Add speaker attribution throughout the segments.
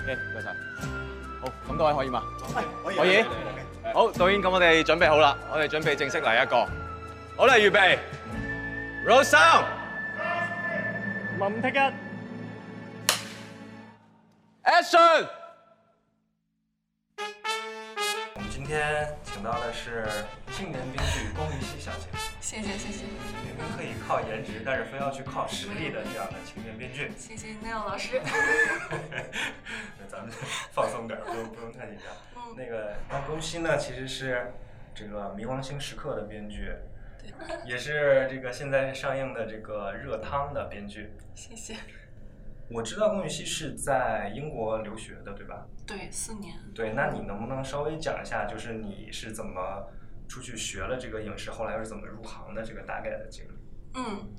Speaker 1: OK，唔該晒。好，咁多位可以嘛？
Speaker 2: 可以
Speaker 1: 可以。好，導演，咁我哋準備好啦，我哋準備正式嚟一個。好啦，預備，roll sound。
Speaker 3: 林剔一，
Speaker 1: Action！
Speaker 4: 我们今天请到的是青年编剧龚玉溪小姐，
Speaker 5: 谢谢谢谢
Speaker 4: 你们可以靠颜值，但是非要去靠实力的这样的青年编 剧。
Speaker 5: 谢谢 n e 老 师，
Speaker 4: 咱们放松点儿，不用不用太紧张。那个那龚鑫呢，其实是这个《冥王星时刻》的编剧，也是这个现在上映的这个《热汤》的编剧。
Speaker 5: 谢谢。
Speaker 4: 我知道龚玉溪是在英国留学的，对吧？
Speaker 5: 对，四年，
Speaker 4: 对，那你能不能稍微讲一下，就是你是怎么出去学了这个影视，后来又是怎么入行的这个大概的经历？
Speaker 5: 嗯，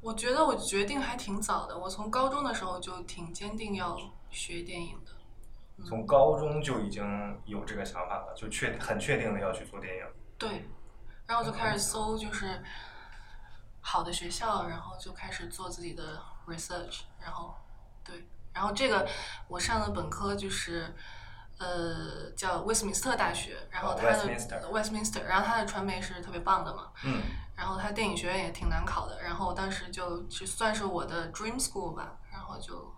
Speaker 5: 我觉得我决定还挺早的，我从高中的时候就挺坚定要学电影的。
Speaker 4: 从高中就已经有这个想法了，就确很确定的要去做电影。
Speaker 5: 对，然后就开始搜，就是好的学校，然后就开始做自己的 research，然后对，然后这个我上的本科就是呃叫威斯敏斯特大学，然后
Speaker 4: 哦
Speaker 5: 它的、
Speaker 4: Westminster
Speaker 5: Westminster，然后它的传媒是特别棒的嘛，
Speaker 4: 嗯，
Speaker 5: 然后它电影学院也挺难考的，然后我当时就就算是我的 dream school 吧，然后就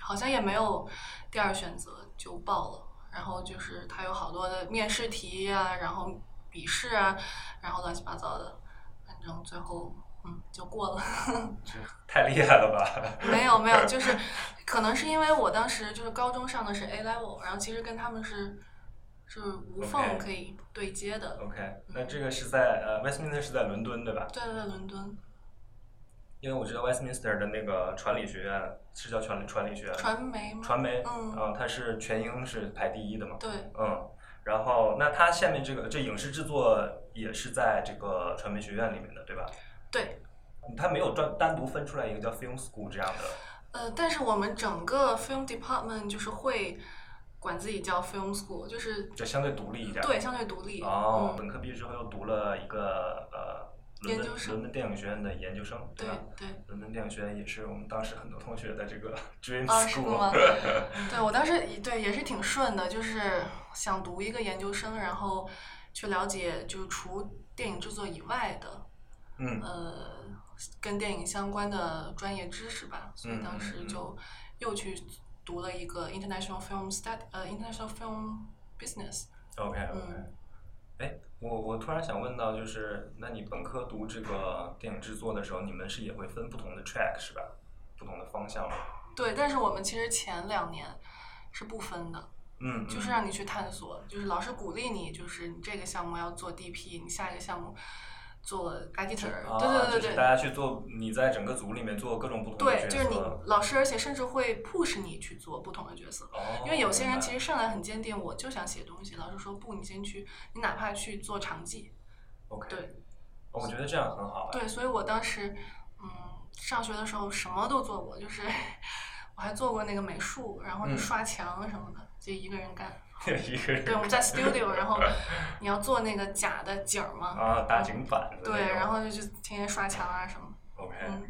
Speaker 5: 好像也没有第二选择就报了，然后就是它有好多的面试题呀、然后笔试啊，然后乱七八糟的，反正最后嗯就过了。
Speaker 4: 这 太厉害了吧！
Speaker 5: 没有没有，就是可能是因为我当时就是高中上的是 A level，然后其实跟他们是是无缝
Speaker 4: OK
Speaker 5: 可以对接的。
Speaker 4: OK，那这个是在呃 Westminster 是在伦敦对吧？
Speaker 5: 对对对，伦敦
Speaker 4: 因为我知道 Westminster 的那个传理学院是叫传理传理学院，
Speaker 5: 传媒吗？
Speaker 4: 传媒，
Speaker 5: 嗯
Speaker 4: 啊它是全英是排第一的嘛，
Speaker 5: 对
Speaker 4: 嗯，然后那它下面这个这影视制作也是在这个传媒学院里面的对吧？
Speaker 5: 对，
Speaker 4: 它没有专单独分出来一个叫 Film School 这样的，
Speaker 5: 呃，但是我们整个 film department 就是会管自己叫 film school，就是
Speaker 4: 就相对独立一点。
Speaker 5: 对相对独立。
Speaker 4: 哦，
Speaker 5: 嗯
Speaker 4: 本科毕业之后又读了一个呃伦
Speaker 5: 研究
Speaker 4: 敦
Speaker 5: 生
Speaker 4: 伦敦电影学院的研究生，
Speaker 5: 对
Speaker 4: 吧？
Speaker 5: 对。
Speaker 4: 伦敦电影学院也是我们当时很多同学的这个 dream
Speaker 5: 啊，是
Speaker 4: school，、
Speaker 5: 吗？对我当时对也是挺顺的，就是想读一个研究生，然后去了解就是除电影制作以外的
Speaker 4: 嗯，
Speaker 5: 呃跟电影相关的专业知识吧，所以
Speaker 4: 嗯
Speaker 5: 当
Speaker 4: 嗯
Speaker 5: 时
Speaker 4: 嗯
Speaker 5: 就又去读了一个 international film stud 呃 international film business，
Speaker 4: OK OK，
Speaker 5: 嗯
Speaker 4: 哎，我我突然想问到，就是那你本科读这个电影制作的时候，你们是也会分不同的 track 是吧？不同的方向吗？
Speaker 5: 对，但是我们其实前两年是不分的，
Speaker 4: 嗯，
Speaker 5: 就是
Speaker 4: 嗯
Speaker 5: 啊让你去探索，就是老师鼓励你，就是你这个项目要做 DP，你下一个项目做 editor，、
Speaker 4: 啊，
Speaker 5: 对
Speaker 4: 就
Speaker 5: 对对
Speaker 4: 是大
Speaker 5: 对
Speaker 4: 家去做，你在整个组里面做各种不同的角色。
Speaker 5: 对，就是你老师，而且甚至会 push 你去做不同的角色。
Speaker 4: 哦
Speaker 5: 因为有些人其
Speaker 4: 明
Speaker 5: 实上来很坚定，我就想写东西。老师说不，你先去，你哪怕去做场记。
Speaker 4: 白 OK，
Speaker 5: 对
Speaker 4: 哦我觉得这样很好哎。
Speaker 5: 对，所以我当时，嗯，上学的时候什么都做过，就是 我还做过那个美术，然后就
Speaker 4: 嗯
Speaker 5: 刷墙什么的，就一个人干。
Speaker 4: 一个人
Speaker 5: 对，我们在 studio，然后你要做那个假的景儿嘛，
Speaker 4: 啊，打井板的那种。
Speaker 5: 对，然后就就天天刷墙啊什么，
Speaker 4: OK，
Speaker 5: 嗯，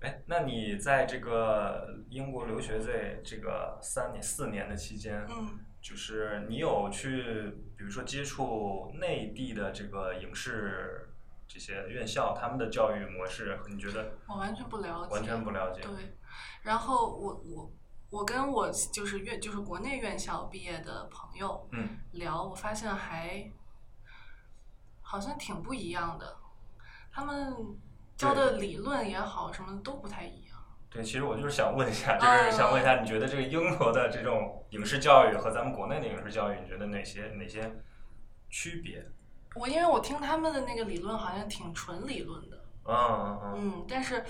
Speaker 4: 哎，那你在这个英国留学这这个三年四年的期间，
Speaker 5: 嗯，
Speaker 4: 就是你有去，比如说接触内地的这个影视这些院校，他们的教育模式，你觉得
Speaker 5: 我完全不了解，
Speaker 4: 完全不了解？
Speaker 5: 对，然后我我我跟我就是院就是国内院校毕业的朋友
Speaker 4: 嗯，
Speaker 5: 聊，我发现还好像挺不一样的，他们教的理论也好，什么都不太一样。
Speaker 4: 对，其实我就是想问一下，
Speaker 5: 哦
Speaker 4: 就是想问一下，你觉得这个英国的这种影视教育和咱们国内的影视教育，你觉得哪些哪些区别？
Speaker 5: 我因为我听他们的那个理论好像挺纯理论的，
Speaker 4: 嗯嗯嗯，
Speaker 5: 嗯，但是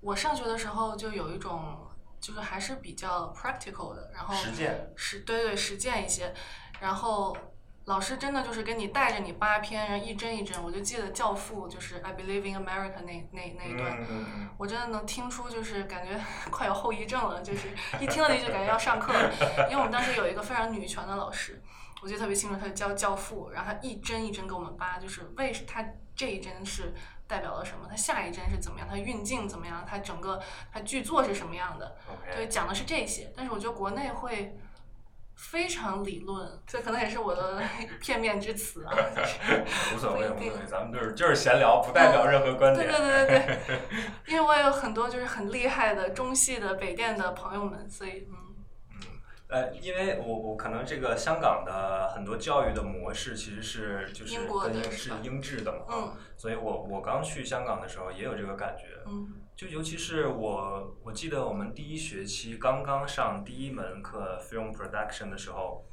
Speaker 5: 我上学的时候就有一种，就是还是比较 practical 的，然后
Speaker 4: 实践
Speaker 5: 实对对实践一些，然后老师真的就是跟你带着你扒篇，然后一帧一帧，我就记得《教父》就是 I Believe in America 那那那一段。
Speaker 4: 嗯嗯嗯
Speaker 5: 我真的能听出，就是感觉 快有后遗症了，就是一听到你就感觉要上课了。因为我们当时有一个非常女权的老师，我记得特别清楚，她叫教父，然后她一帧一帧给我们扒，就是为他这一帧是代表了什么，它下一帧是怎么样，它运镜怎么样，它整个它剧作是什么样的，对，
Speaker 4: OK，
Speaker 5: 讲的是这些。但是我觉得国内会非常理论，这可能也是我的 片面之词啊。
Speaker 4: 无所谓，无
Speaker 5: 不一
Speaker 4: 所谓，
Speaker 5: 定
Speaker 4: 咱们就是就是闲聊，不代表任何观
Speaker 5: 嗯对
Speaker 4: 点。
Speaker 5: 对对对对，因为我也有很多就是很厉害的中戏的北电的朋友们，所以嗯，
Speaker 4: 呃，因为我我可能这个香港的很多教育的模式其实是就是
Speaker 5: 英国的
Speaker 4: 跟
Speaker 5: 是
Speaker 4: 是
Speaker 5: 吧
Speaker 4: 英制的嘛，
Speaker 5: 嗯
Speaker 4: 所以我我刚去香港的时候也有这个感觉，
Speaker 5: 嗯
Speaker 4: 就尤其是我我记得我们第一学期刚刚上第一门课 film production 的时候，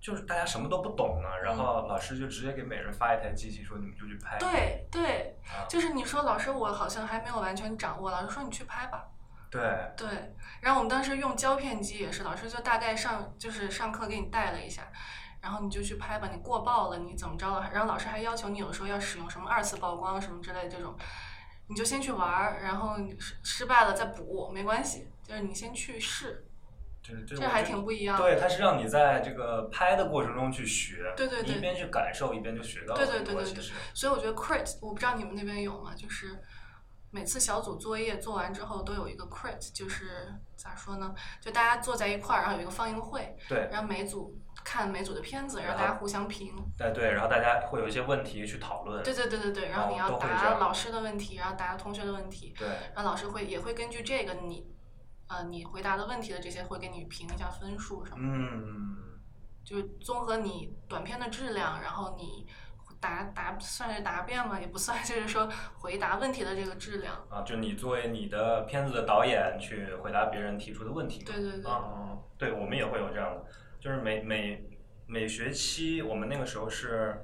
Speaker 4: 就是大家什么都不懂呢，
Speaker 5: 嗯
Speaker 4: 然后老师就直接给每人发一台机器说你们就去拍，
Speaker 5: 对对
Speaker 4: 啊，
Speaker 5: 就是你说老师，我好像还没有完全掌握。老师说你去拍吧，
Speaker 4: 对，
Speaker 5: 对。然后我们当时用胶片机也是，老师就大概上就是上课给你带了一下，然后你就去拍吧。你过曝了，你怎么着了？然后老师还要求你有时候要使用什么二次曝光什么之类的这种，你就先去玩儿，然后你失失败了再补，没关系，就是你先去试，
Speaker 4: 就是这
Speaker 5: 这还挺不一样的。
Speaker 4: 对，它是让你在这个拍的过程中去学，
Speaker 5: 对对
Speaker 4: 你
Speaker 5: 对
Speaker 4: 一边去感受，一边就学到
Speaker 5: 对
Speaker 4: 了
Speaker 5: 对
Speaker 4: 很
Speaker 5: 对
Speaker 4: 多
Speaker 5: 对
Speaker 4: 其
Speaker 5: 对
Speaker 4: 实
Speaker 5: 所以我觉得 crit，我不知道你们那边有吗？就是每次小组作业做完之后都有一个 crit，就是咋说呢？就大家坐在一块儿，然后有一个放映会，
Speaker 4: 对，
Speaker 5: 然后每组看每组的片子，然
Speaker 4: 然
Speaker 5: 后
Speaker 4: 后
Speaker 5: 大家互相评。
Speaker 4: 哎对，然后大家会有一些问题去讨论，
Speaker 5: 对对对对对，然后你
Speaker 4: 哦
Speaker 5: 要
Speaker 4: 都会这
Speaker 5: 答
Speaker 4: 样
Speaker 5: 老师的问题，然后答同学的问题，
Speaker 4: 对
Speaker 5: 然后老师会也会根据这个你。呃，你回答的问题的这些会给你评一下分数什么的，
Speaker 4: 嗯，
Speaker 5: 就是综合你短片的质量，然后你答答算是答辩嘛，也不算，就是说回答问题的这个质量。
Speaker 4: 啊，就你作为你的片子的导演去回答别人提出的问题嘛，
Speaker 5: 对对对，
Speaker 4: 啊，对，我们也会有这样的，就是每每每学期，我们那个时候是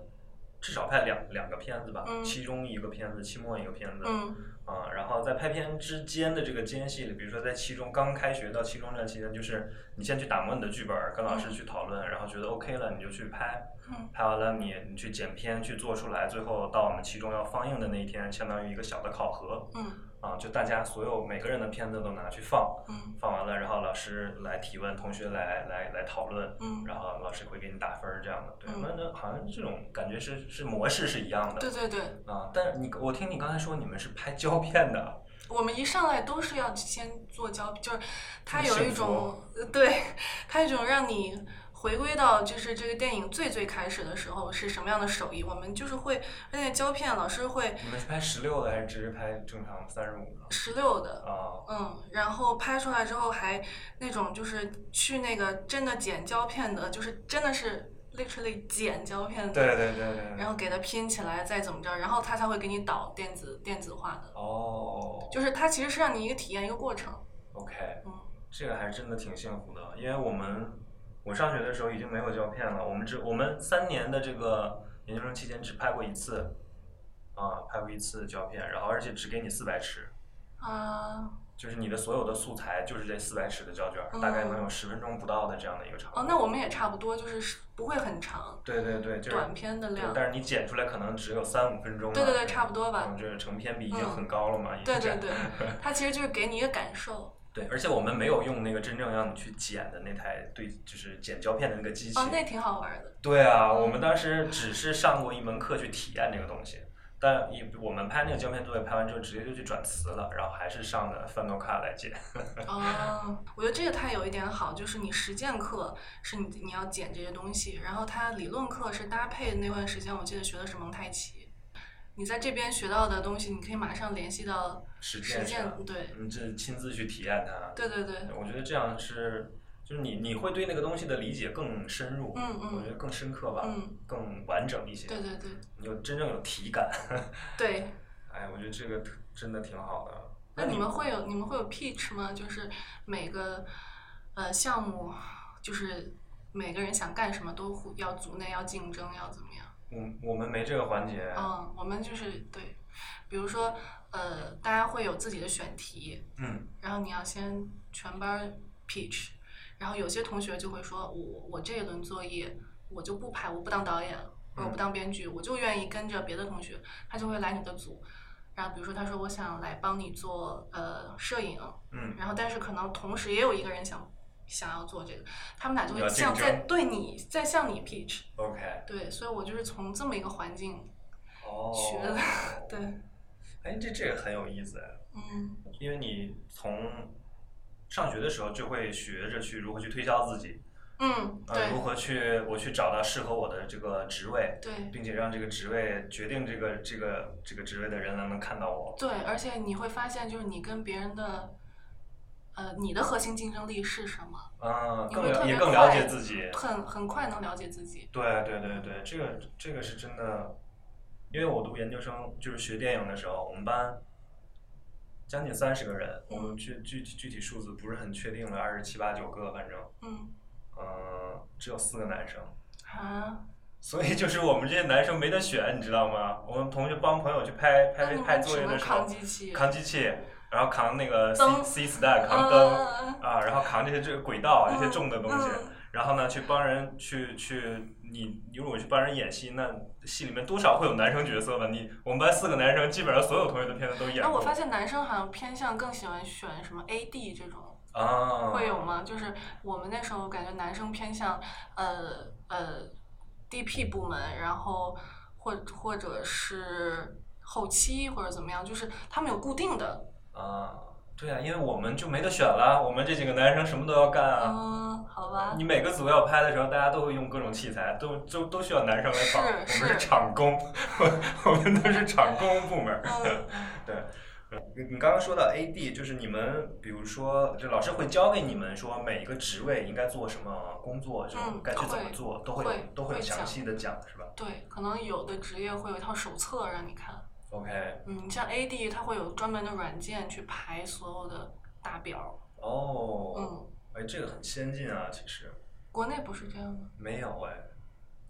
Speaker 4: 至少拍两两个片子吧，
Speaker 5: 嗯
Speaker 4: 期中一个片子，期末一个片子，
Speaker 5: 嗯
Speaker 4: 啊，然后在拍片之间的这个间隙里，比如说在期中刚开学到期中这段期间，就是你先去打磨你的剧本，跟老师去讨论，然后觉得 OK 了，你就去拍，
Speaker 5: 嗯
Speaker 4: 拍完了你你去剪片去做出来，最后到我们期中要放映的那一天，相当于一个小的考核
Speaker 5: 嗯
Speaker 4: 啊，就大家所有每个人的片子都拿去放，
Speaker 5: 嗯
Speaker 4: 放完了，然后老师来提问，同学来来来讨论。
Speaker 5: 嗯，
Speaker 4: 然后老师会给你打分儿这样的，对，
Speaker 5: 嗯
Speaker 4: 那那好像这种感觉是是模式是一样的
Speaker 5: 对对对，
Speaker 4: 啊。但是你我听你刚才说你们是拍胶片的，
Speaker 5: 我们一上来都是要先做胶，就是它
Speaker 4: 这么
Speaker 5: 有一
Speaker 4: 幸福
Speaker 5: 种，呃对，它有一种让你回归到就是这个电影最最开始的时候是什么样的手艺，我们就是会而且胶片老师会
Speaker 4: 你们是拍十六的还是只是拍正常三十五的？
Speaker 5: 十六的，
Speaker 4: 啊，
Speaker 5: 嗯，然后拍出来之后还那种就是去那个真的剪胶片的，就是真的是 literally 剪胶片的，
Speaker 4: 对对对对。
Speaker 5: 然后给它拼起来再怎么着，然后它才会给你导电子电子化的。
Speaker 4: 哦，
Speaker 5: 就是它其实是让你一个体验一个过程。
Speaker 4: OK，
Speaker 5: 嗯
Speaker 4: 这个还真的挺幸福的，因为我们我上学的时候已经没有胶片了，我们只我们三年的这个研究生期间只拍过一次，啊，拍过一次胶片，然后而且只给你四百尺，
Speaker 5: 啊，
Speaker 4: 就是你的所有的素材就是这四百尺的胶卷，
Speaker 5: 嗯
Speaker 4: 大概能有十分钟不到的这样的一个长度。
Speaker 5: 哦，那我们也差不多，就是不会很长，
Speaker 4: 对对对，就是
Speaker 5: 短片的
Speaker 4: 对
Speaker 5: 量。
Speaker 4: 但是你剪出来可能只有三五分钟了。
Speaker 5: 对对对差不多吧
Speaker 4: 嗯，就是成片比已经
Speaker 5: 嗯
Speaker 4: 很高了嘛。已经
Speaker 5: 对
Speaker 4: 这
Speaker 5: 对
Speaker 4: 样
Speaker 5: 对，它其实就是给你一个 感受。哦
Speaker 4: 对，而且我们没有用那个真正让你去剪的那台对，就是剪胶片的那个机器。
Speaker 5: 哦，那挺好 玩的。
Speaker 4: 对啊，我们当时只是上过一门课去体验这个东西，但也我们拍那个胶片作业，拍完之后直接就去转词了，然后还是上的 Final Cut 来剪。
Speaker 5: 哦，我觉得这个它有一点好，就是你实践课是你你要剪这些东西，然后它理论课是搭配那段时间，我记得学的是蒙太奇。你在这边学到的东西，你可以马上联系到
Speaker 4: 实
Speaker 5: 实
Speaker 4: 践上
Speaker 5: 践。对
Speaker 4: 嗯，这亲自去体验它。
Speaker 5: 对对对，
Speaker 4: 我觉得这样是，就是你你会对那个东西的理解更深入，
Speaker 5: 嗯嗯
Speaker 4: 我觉得更深刻吧，
Speaker 5: 嗯
Speaker 4: 更完整一些，
Speaker 5: 对对对
Speaker 4: 你有真正有体感。
Speaker 5: 对。
Speaker 4: 哎，我觉得这个特真的挺好的。
Speaker 5: 那你们会有你们会有 pitch 吗？就是每个呃项目，就是每个人想干什么都互要组内要竞争要怎么样？
Speaker 4: 我我们没这个环节，
Speaker 5: 嗯，我们就是对，比如说呃，大家会有自己的选题，
Speaker 4: 嗯，
Speaker 5: 然后你要先全班 pitch，然后有些同学就会说，我我这一轮作业我就不拍，我不当导演，我
Speaker 4: 嗯
Speaker 5: 不当编剧，我就愿意跟着别的同学，他就会来你的组。然后比如说，他说我想来帮你做呃摄影，
Speaker 4: 嗯，
Speaker 5: 然后但是可能同时也有一个人想想要做这个，他们俩就
Speaker 4: 要
Speaker 5: 会
Speaker 4: 竞
Speaker 5: 向
Speaker 4: 争
Speaker 5: 在对你在向你 pitch，
Speaker 4: OK，
Speaker 5: 对，所以我就是从这么一个环境
Speaker 4: 哦，
Speaker 5: 学的，对，
Speaker 4: 哎，这这个很有意思，
Speaker 5: 嗯，
Speaker 4: 因为你从上学的时候就会学着去如何去推销自己，
Speaker 5: 嗯，
Speaker 4: 呃，如
Speaker 5: 对，
Speaker 4: 何去我去找到适合我的这个职位，
Speaker 5: 对，
Speaker 4: 并且让这个职位决定这个这个这个职位的人能不能看到我。
Speaker 5: 对，而且你会发现，就是你跟别人的，呃，你的核心竞争力是什么，
Speaker 4: 啊，
Speaker 5: 你
Speaker 4: 更
Speaker 5: 会特
Speaker 4: 了
Speaker 5: 别
Speaker 4: 也更了解
Speaker 5: 快
Speaker 4: 自己。
Speaker 5: 很很快能了解自己。
Speaker 4: 对对对对，这个这个是真的，因为我读研究生就是学电影的时候，我们班将近三十个人，我们具具体具体数字不是很确定了，二十七八九个，反正，
Speaker 5: 嗯，
Speaker 4: 嗯、只有四个男生，
Speaker 5: 啊，
Speaker 4: 所以就是我们这些男生没得选，你知道吗？我们同学帮朋友去拍
Speaker 5: 那
Speaker 4: 拍
Speaker 5: 你
Speaker 4: 拍
Speaker 5: 们
Speaker 4: 作
Speaker 5: 只
Speaker 4: 业
Speaker 5: 能
Speaker 4: 的时候
Speaker 5: 扛，机器，
Speaker 4: 扛机器，然后扛那个 C
Speaker 5: 灯
Speaker 4: C stand，扛灯
Speaker 5: 嗯嗯嗯
Speaker 4: 啊，然后扛这些这个轨道啊这些重的东西。
Speaker 5: 嗯
Speaker 4: 然后呢，去帮人去去你你如果去帮人演戏，那戏里面多少会有男生角色吧？你我们班四个男生，基本上所有同学的片子都演
Speaker 5: 哎，我
Speaker 4: 过
Speaker 5: 发现男生好像偏向更喜欢选什么 AD 这种，
Speaker 4: 啊，
Speaker 5: 会有吗？就是我们那时候感觉男生偏向呃呃 DP 部门，然后或或者是后期或者怎么样，就是他们有固定的，
Speaker 4: 啊，对啊，因为我们就没得选了，我们这几个男生什么都要干啊。
Speaker 5: 嗯，好吧
Speaker 4: 你，每个组要拍的时候，大家都会用各种器材，都都都需要男生来帮。我们是
Speaker 5: 是是
Speaker 4: 场工，我们都是场工部门。
Speaker 5: 嗯，
Speaker 4: 对，嗯你你刚刚说到 AD，就是你们比如说，就老师会教给你们说每一个职位应该做什么工作，就
Speaker 5: 嗯
Speaker 4: 该去怎么
Speaker 5: 会
Speaker 4: 做，都会
Speaker 5: 会
Speaker 4: 有都会有
Speaker 5: 会
Speaker 4: 详
Speaker 5: 讲
Speaker 4: 细的讲，是吧
Speaker 5: 对，可能有的职业会有一套手册让你看，
Speaker 4: ？OK，
Speaker 5: 嗯，像 AD 它会有专门的软件去排所有的大表，
Speaker 4: 哦，
Speaker 5: 嗯，
Speaker 4: 哎，这个很先进啊，其实
Speaker 5: 国内不是这样吗？
Speaker 4: 没有哎。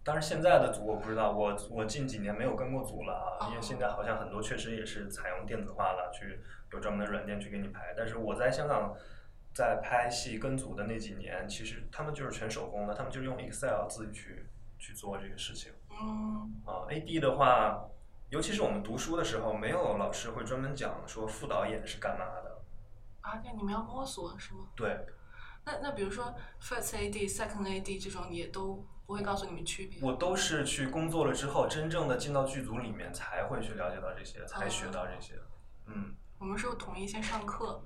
Speaker 4: 当然，现在的组我不知道，我我近几年没有跟过组了啊，因为
Speaker 5: 哦
Speaker 4: 现在好像很多确实也是采用电子化了，去有专门的软件去给你排。但是我在香港在拍戏跟组的那几年，其实他们就是全手工的，他们就是用 Excel 自己去去做这个事情。
Speaker 5: 嗯，
Speaker 4: 啊，AD 的话，尤其是我们读书的时候，没有老师会专门讲说副导演是干嘛的。
Speaker 5: 啊，那你们要摸索是吗？
Speaker 4: 对，
Speaker 5: 那那比如说 first AD、second AD 这种，也都不会告诉你们区别。
Speaker 4: 我都是去工作了之后，真正的进到剧组里面才会去了解到这些，才学到这些。嗯，
Speaker 5: 我们是统一先上课，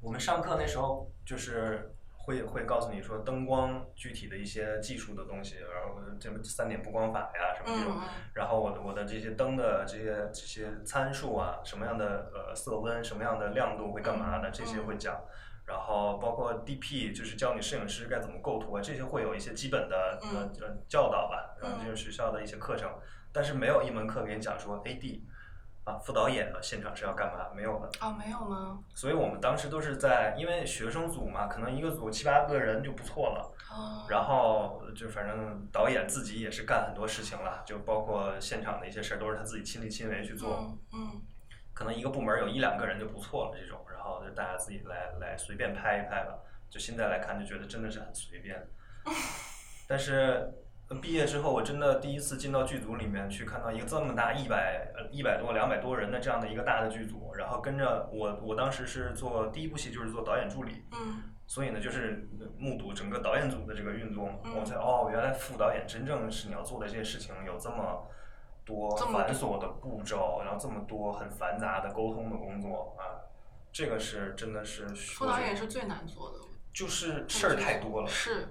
Speaker 4: 我们上课那时候就是会会告诉你说灯光具体的一些技术的东西，然后这么三点布光法呀什么这种。
Speaker 5: 嗯
Speaker 4: 然后我的我的这些灯的这些这些参数啊，什么样的呃色温，什么样的亮度会干嘛的，这些
Speaker 5: 嗯
Speaker 4: 会讲。然后包括 DP，就是教你摄影师该怎么构图啊，这些会有一些基本的呃
Speaker 5: 嗯
Speaker 4: 呃教导吧，然后
Speaker 5: 嗯
Speaker 4: 这是学校的一些课程，但是没有一门课给你讲说 AD 啊副导演啊现场是要干嘛，没有的。
Speaker 5: 啊、没有吗？
Speaker 4: 所以我们当时都是在，因为学生组嘛，可能一个组七八个人就不错了，
Speaker 5: 啊、
Speaker 4: 然后就反正导演自己也是干很多事情了，就包括现场的一些事儿都是他自己亲力亲为去做。
Speaker 5: 嗯嗯
Speaker 4: 可能一个部门有一两个人就不错了这种，然后就大家自己来来随便拍一拍吧。就现在来看就觉得真的是很随便。但是呃毕业之后，我真的第一次进到剧组里面去，看到一个这么大一百呃一百多两百多人的这样的一个大的剧组，然后跟着我，我当时是做第一部戏就是做导演助理，
Speaker 5: 嗯
Speaker 4: 所以呢，就是目睹整个导演组的这个运作嘛，
Speaker 5: 嗯
Speaker 4: 我才哦，原来副导演真正是你要做的这些事情有这么多
Speaker 5: 这么多
Speaker 4: 繁琐的步骤，然后这么多很繁杂的沟通的工作啊，这个是真的是
Speaker 5: 副导演是最难做的，
Speaker 4: 就是事儿太多了，
Speaker 5: 是，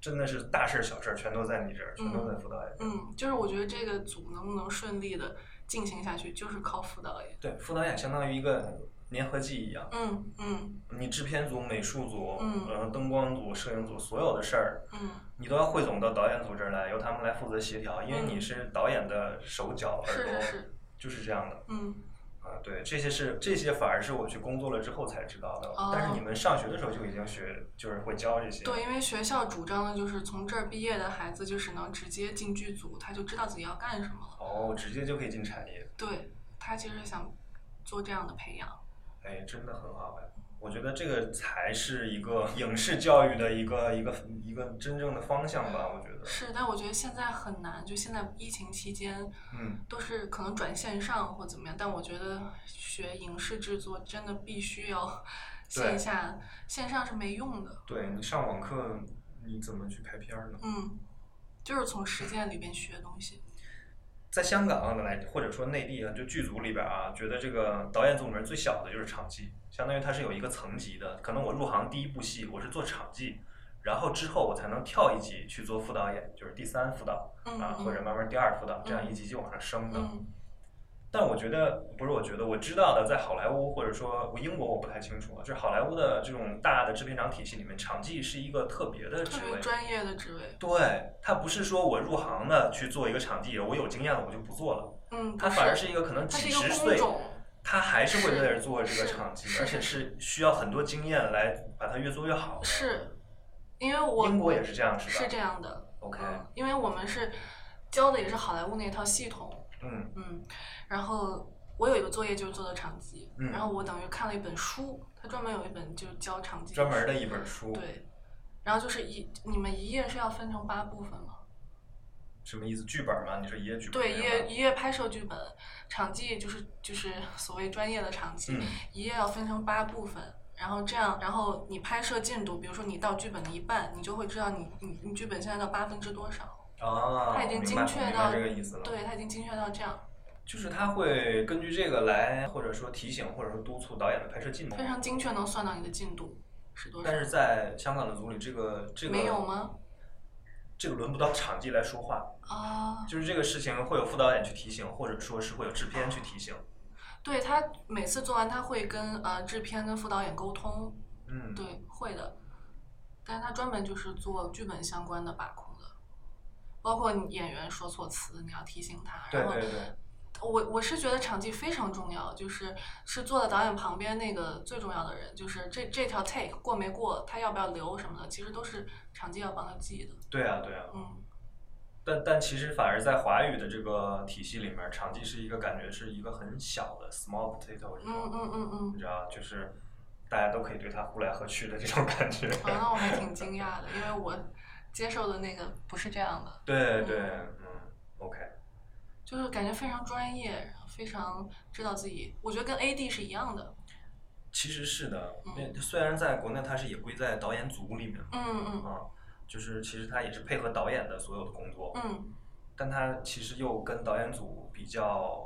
Speaker 4: 真的是大事儿小事儿全都在你这儿，全都在副导演。
Speaker 5: 嗯，就是我觉得这个组能不能顺利的进行下去，就是靠副导演。
Speaker 4: 对，副导演相当于一个粘合剂一样，
Speaker 5: 嗯嗯
Speaker 4: 你制片组、美术组、
Speaker 5: 嗯
Speaker 4: 然后灯光组、摄影组所有的事儿，
Speaker 5: 嗯，
Speaker 4: 你都要汇总到导演组这儿来，由他们来负责协调，因为
Speaker 5: 嗯
Speaker 4: 你是导演的手脚、耳
Speaker 5: 是
Speaker 4: 朵，
Speaker 5: 是是，
Speaker 4: 就是这样的。
Speaker 5: 嗯
Speaker 4: 啊，对，这些是这些反而是我去工作了之后才知道的，
Speaker 5: 哦
Speaker 4: 但是你们上学的时候就已经学，就是会教这些。
Speaker 5: 对，因为学校主张的就是从这儿毕业的孩子，就是能直接进剧组，他就知道自己要干什么了。
Speaker 4: 哦，直接就可以进产业，
Speaker 5: 对他其实想做这样的培养。
Speaker 4: 哎，真的很好哎。我觉得这个才是一个影视教育的一个一个一个真正的方向吧，我觉得。
Speaker 5: 是，但我觉得现在很难，就现在疫情期间
Speaker 4: 嗯，
Speaker 5: 都是可能转线上或怎么样，但我觉得学影视制作真的必 须要
Speaker 4: 对
Speaker 5: 线下，线上是没用的。
Speaker 4: 对你上网课，你怎么去拍片儿呢？
Speaker 5: 嗯，就是从实践里边学东西。
Speaker 4: 在香港啊来或者说内地啊，就剧组里边啊，觉得这个导演组里面最小的就是场记，相当于它是有一个层级的。可能我入行第一部戏我是做场记，然后之后我才能跳一级去做副导演，就是第三副导
Speaker 5: 嗯
Speaker 4: 啊，
Speaker 5: 嗯
Speaker 4: 或者慢慢第二副导，这样一级级往上升的。但我觉得不是，我觉得我知道的，在好莱坞或者说我英国我不太清楚啊，就是好莱坞的这种大的制片厂体系里面，场记是一个特别的
Speaker 5: 特
Speaker 4: 职
Speaker 5: 别
Speaker 4: 位，
Speaker 5: 专业的职位，
Speaker 4: 对，它不是说我入行的去做一个场记，我有经验了我就不做了。
Speaker 5: 嗯，
Speaker 4: 他
Speaker 5: 不
Speaker 4: 反而是一个可能
Speaker 5: 它是
Speaker 4: 几
Speaker 5: 一
Speaker 4: 十
Speaker 5: 个工
Speaker 4: 岁
Speaker 5: 种，
Speaker 4: 他还是会在这儿做这
Speaker 5: 是
Speaker 4: 个场记，
Speaker 5: 是
Speaker 4: 而且是需要很多经验来把它越做越好的。
Speaker 5: 是，因为我
Speaker 4: 英国也是这样，是吧？
Speaker 5: 是这样的，
Speaker 4: OK，
Speaker 5: 嗯，因为我们是教的也是好莱坞那一套系统，
Speaker 4: 嗯
Speaker 5: 嗯，然后我有一个作业就是做的场记，
Speaker 4: 嗯
Speaker 5: 然后我等于看了一本书，它专门有一本就是教场记，
Speaker 4: 专门的一本书，
Speaker 5: 对，然后就是一你们一页是要分成八部分吗？
Speaker 4: 什么意思？剧本吗？你说一页剧本？
Speaker 5: 对，一页一。页拍摄剧本，场记就是就是所谓专业的场记，
Speaker 4: 嗯
Speaker 5: 一页要分成八部分，然后这样，然后你拍摄进度，比如说你到剧本的一半，你就会知道你你你剧本现在到八分之多少，
Speaker 4: 啊，
Speaker 5: 它已经
Speaker 4: 明白
Speaker 5: 精确
Speaker 4: 明白
Speaker 5: 到
Speaker 4: 这个意思了。，
Speaker 5: 对，它已经精确到这样，
Speaker 4: 就是他会根据这个来，或者说提醒，或者说督促导演的拍摄进度
Speaker 5: 非。常精确能算到你的进度是多少
Speaker 4: 但。是在香港的组里，这个这个
Speaker 5: 没有？吗？
Speaker 4: 这个轮不到场记来说话，
Speaker 5: 啊，
Speaker 4: 就是这个事情会有副导演去提醒，或者说是会有制片去提醒。
Speaker 5: 对他每次做完，他会跟呃制片跟副导演沟通，
Speaker 4: 嗯，
Speaker 5: 对，会的。但是他专门就是做剧本相关的把控的，包括你演员说错词，你要提醒他。
Speaker 4: 对
Speaker 5: 然后
Speaker 4: 对对，
Speaker 5: 我我是觉得场记非常重要，就是是坐在导演旁边那个最重要的人，就是这这条 take 过没过，他要不要留什么的，其实都是场记要帮他记的。
Speaker 4: 对啊对啊。
Speaker 5: 嗯，
Speaker 4: 但但其实反而在华语的这个体系里面，场记是一个感觉是一个很小的 small potato 这
Speaker 5: 嗯
Speaker 4: 种，
Speaker 5: 嗯嗯
Speaker 4: 你
Speaker 5: 嗯。
Speaker 4: 知道，就是大家都可以对它呼来喝去的这种感觉。
Speaker 5: 啊，那我还挺惊讶的，因为我接受的那个不是这样的，
Speaker 4: 对对，嗯，OK，
Speaker 5: 就是感觉非常专业，然后非常知道自己，我觉得跟 AD 是一样的。
Speaker 4: 其实是的
Speaker 5: 嗯，
Speaker 4: 那虽然在国内它是也归在导演组里面嘛
Speaker 5: 嗯嗯
Speaker 4: 啊，就是其实它也是配合导演的所有的工作，
Speaker 5: 嗯
Speaker 4: 但它其实又跟导演组比较。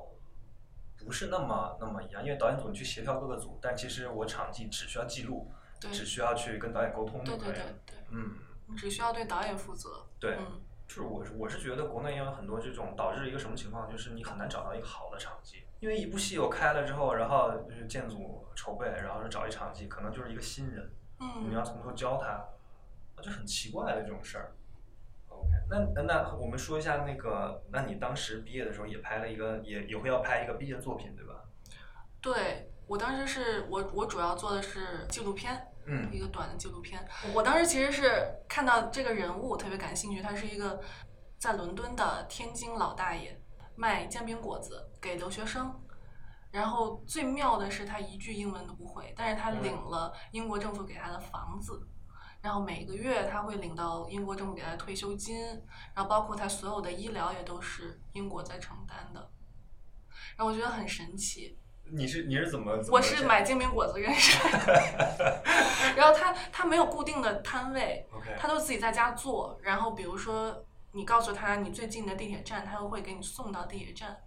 Speaker 4: 不是那么那么一样，因为导演组你去协调各个组，但其实我场记只需要记录，
Speaker 5: 对
Speaker 4: 只需要去跟导演沟通就
Speaker 5: 对
Speaker 4: 可以
Speaker 5: 对
Speaker 4: 了。
Speaker 5: 对对，
Speaker 4: 嗯，
Speaker 5: 你只需要对导演负责。
Speaker 4: 对，
Speaker 5: 嗯
Speaker 4: 就是我是我是觉得国内也有很多这种导致一个什么情况，就是你很难找到一个好的场记，因为一部戏我开了之后，然后就是建组筹备，然后就找一场记，可能就是一个新人，你要
Speaker 5: 嗯，
Speaker 4: 从头教他，啊，就很奇怪的这种事儿。OK，那那那我们说一下那个，那你当时毕业的时候也拍了一个，也也会要拍一个毕业作品对吧？
Speaker 5: 对我当时是我我主要做的是纪录片。
Speaker 4: 嗯
Speaker 5: 一个短的纪录片。我当时其实是看到这个人物特别感兴趣，他是一个在伦敦的天津老大爷，卖煎饼果子给留学生。然后最妙的是他一句英文都不会，但是他领了英国政府给他的房子，然后每个月他会领到英国政府给他的退休金，然后包括他所有的医疗也都是英国在承担的。然后我觉得很神奇，
Speaker 4: 你是你是怎么？怎么
Speaker 5: 我是买煎饼果子认识的， 然后他他没有固定的摊位，
Speaker 4: OK，
Speaker 5: 他都自己在家做。然后比如说你告诉他你最近的地铁站，他又会给你送到地铁站。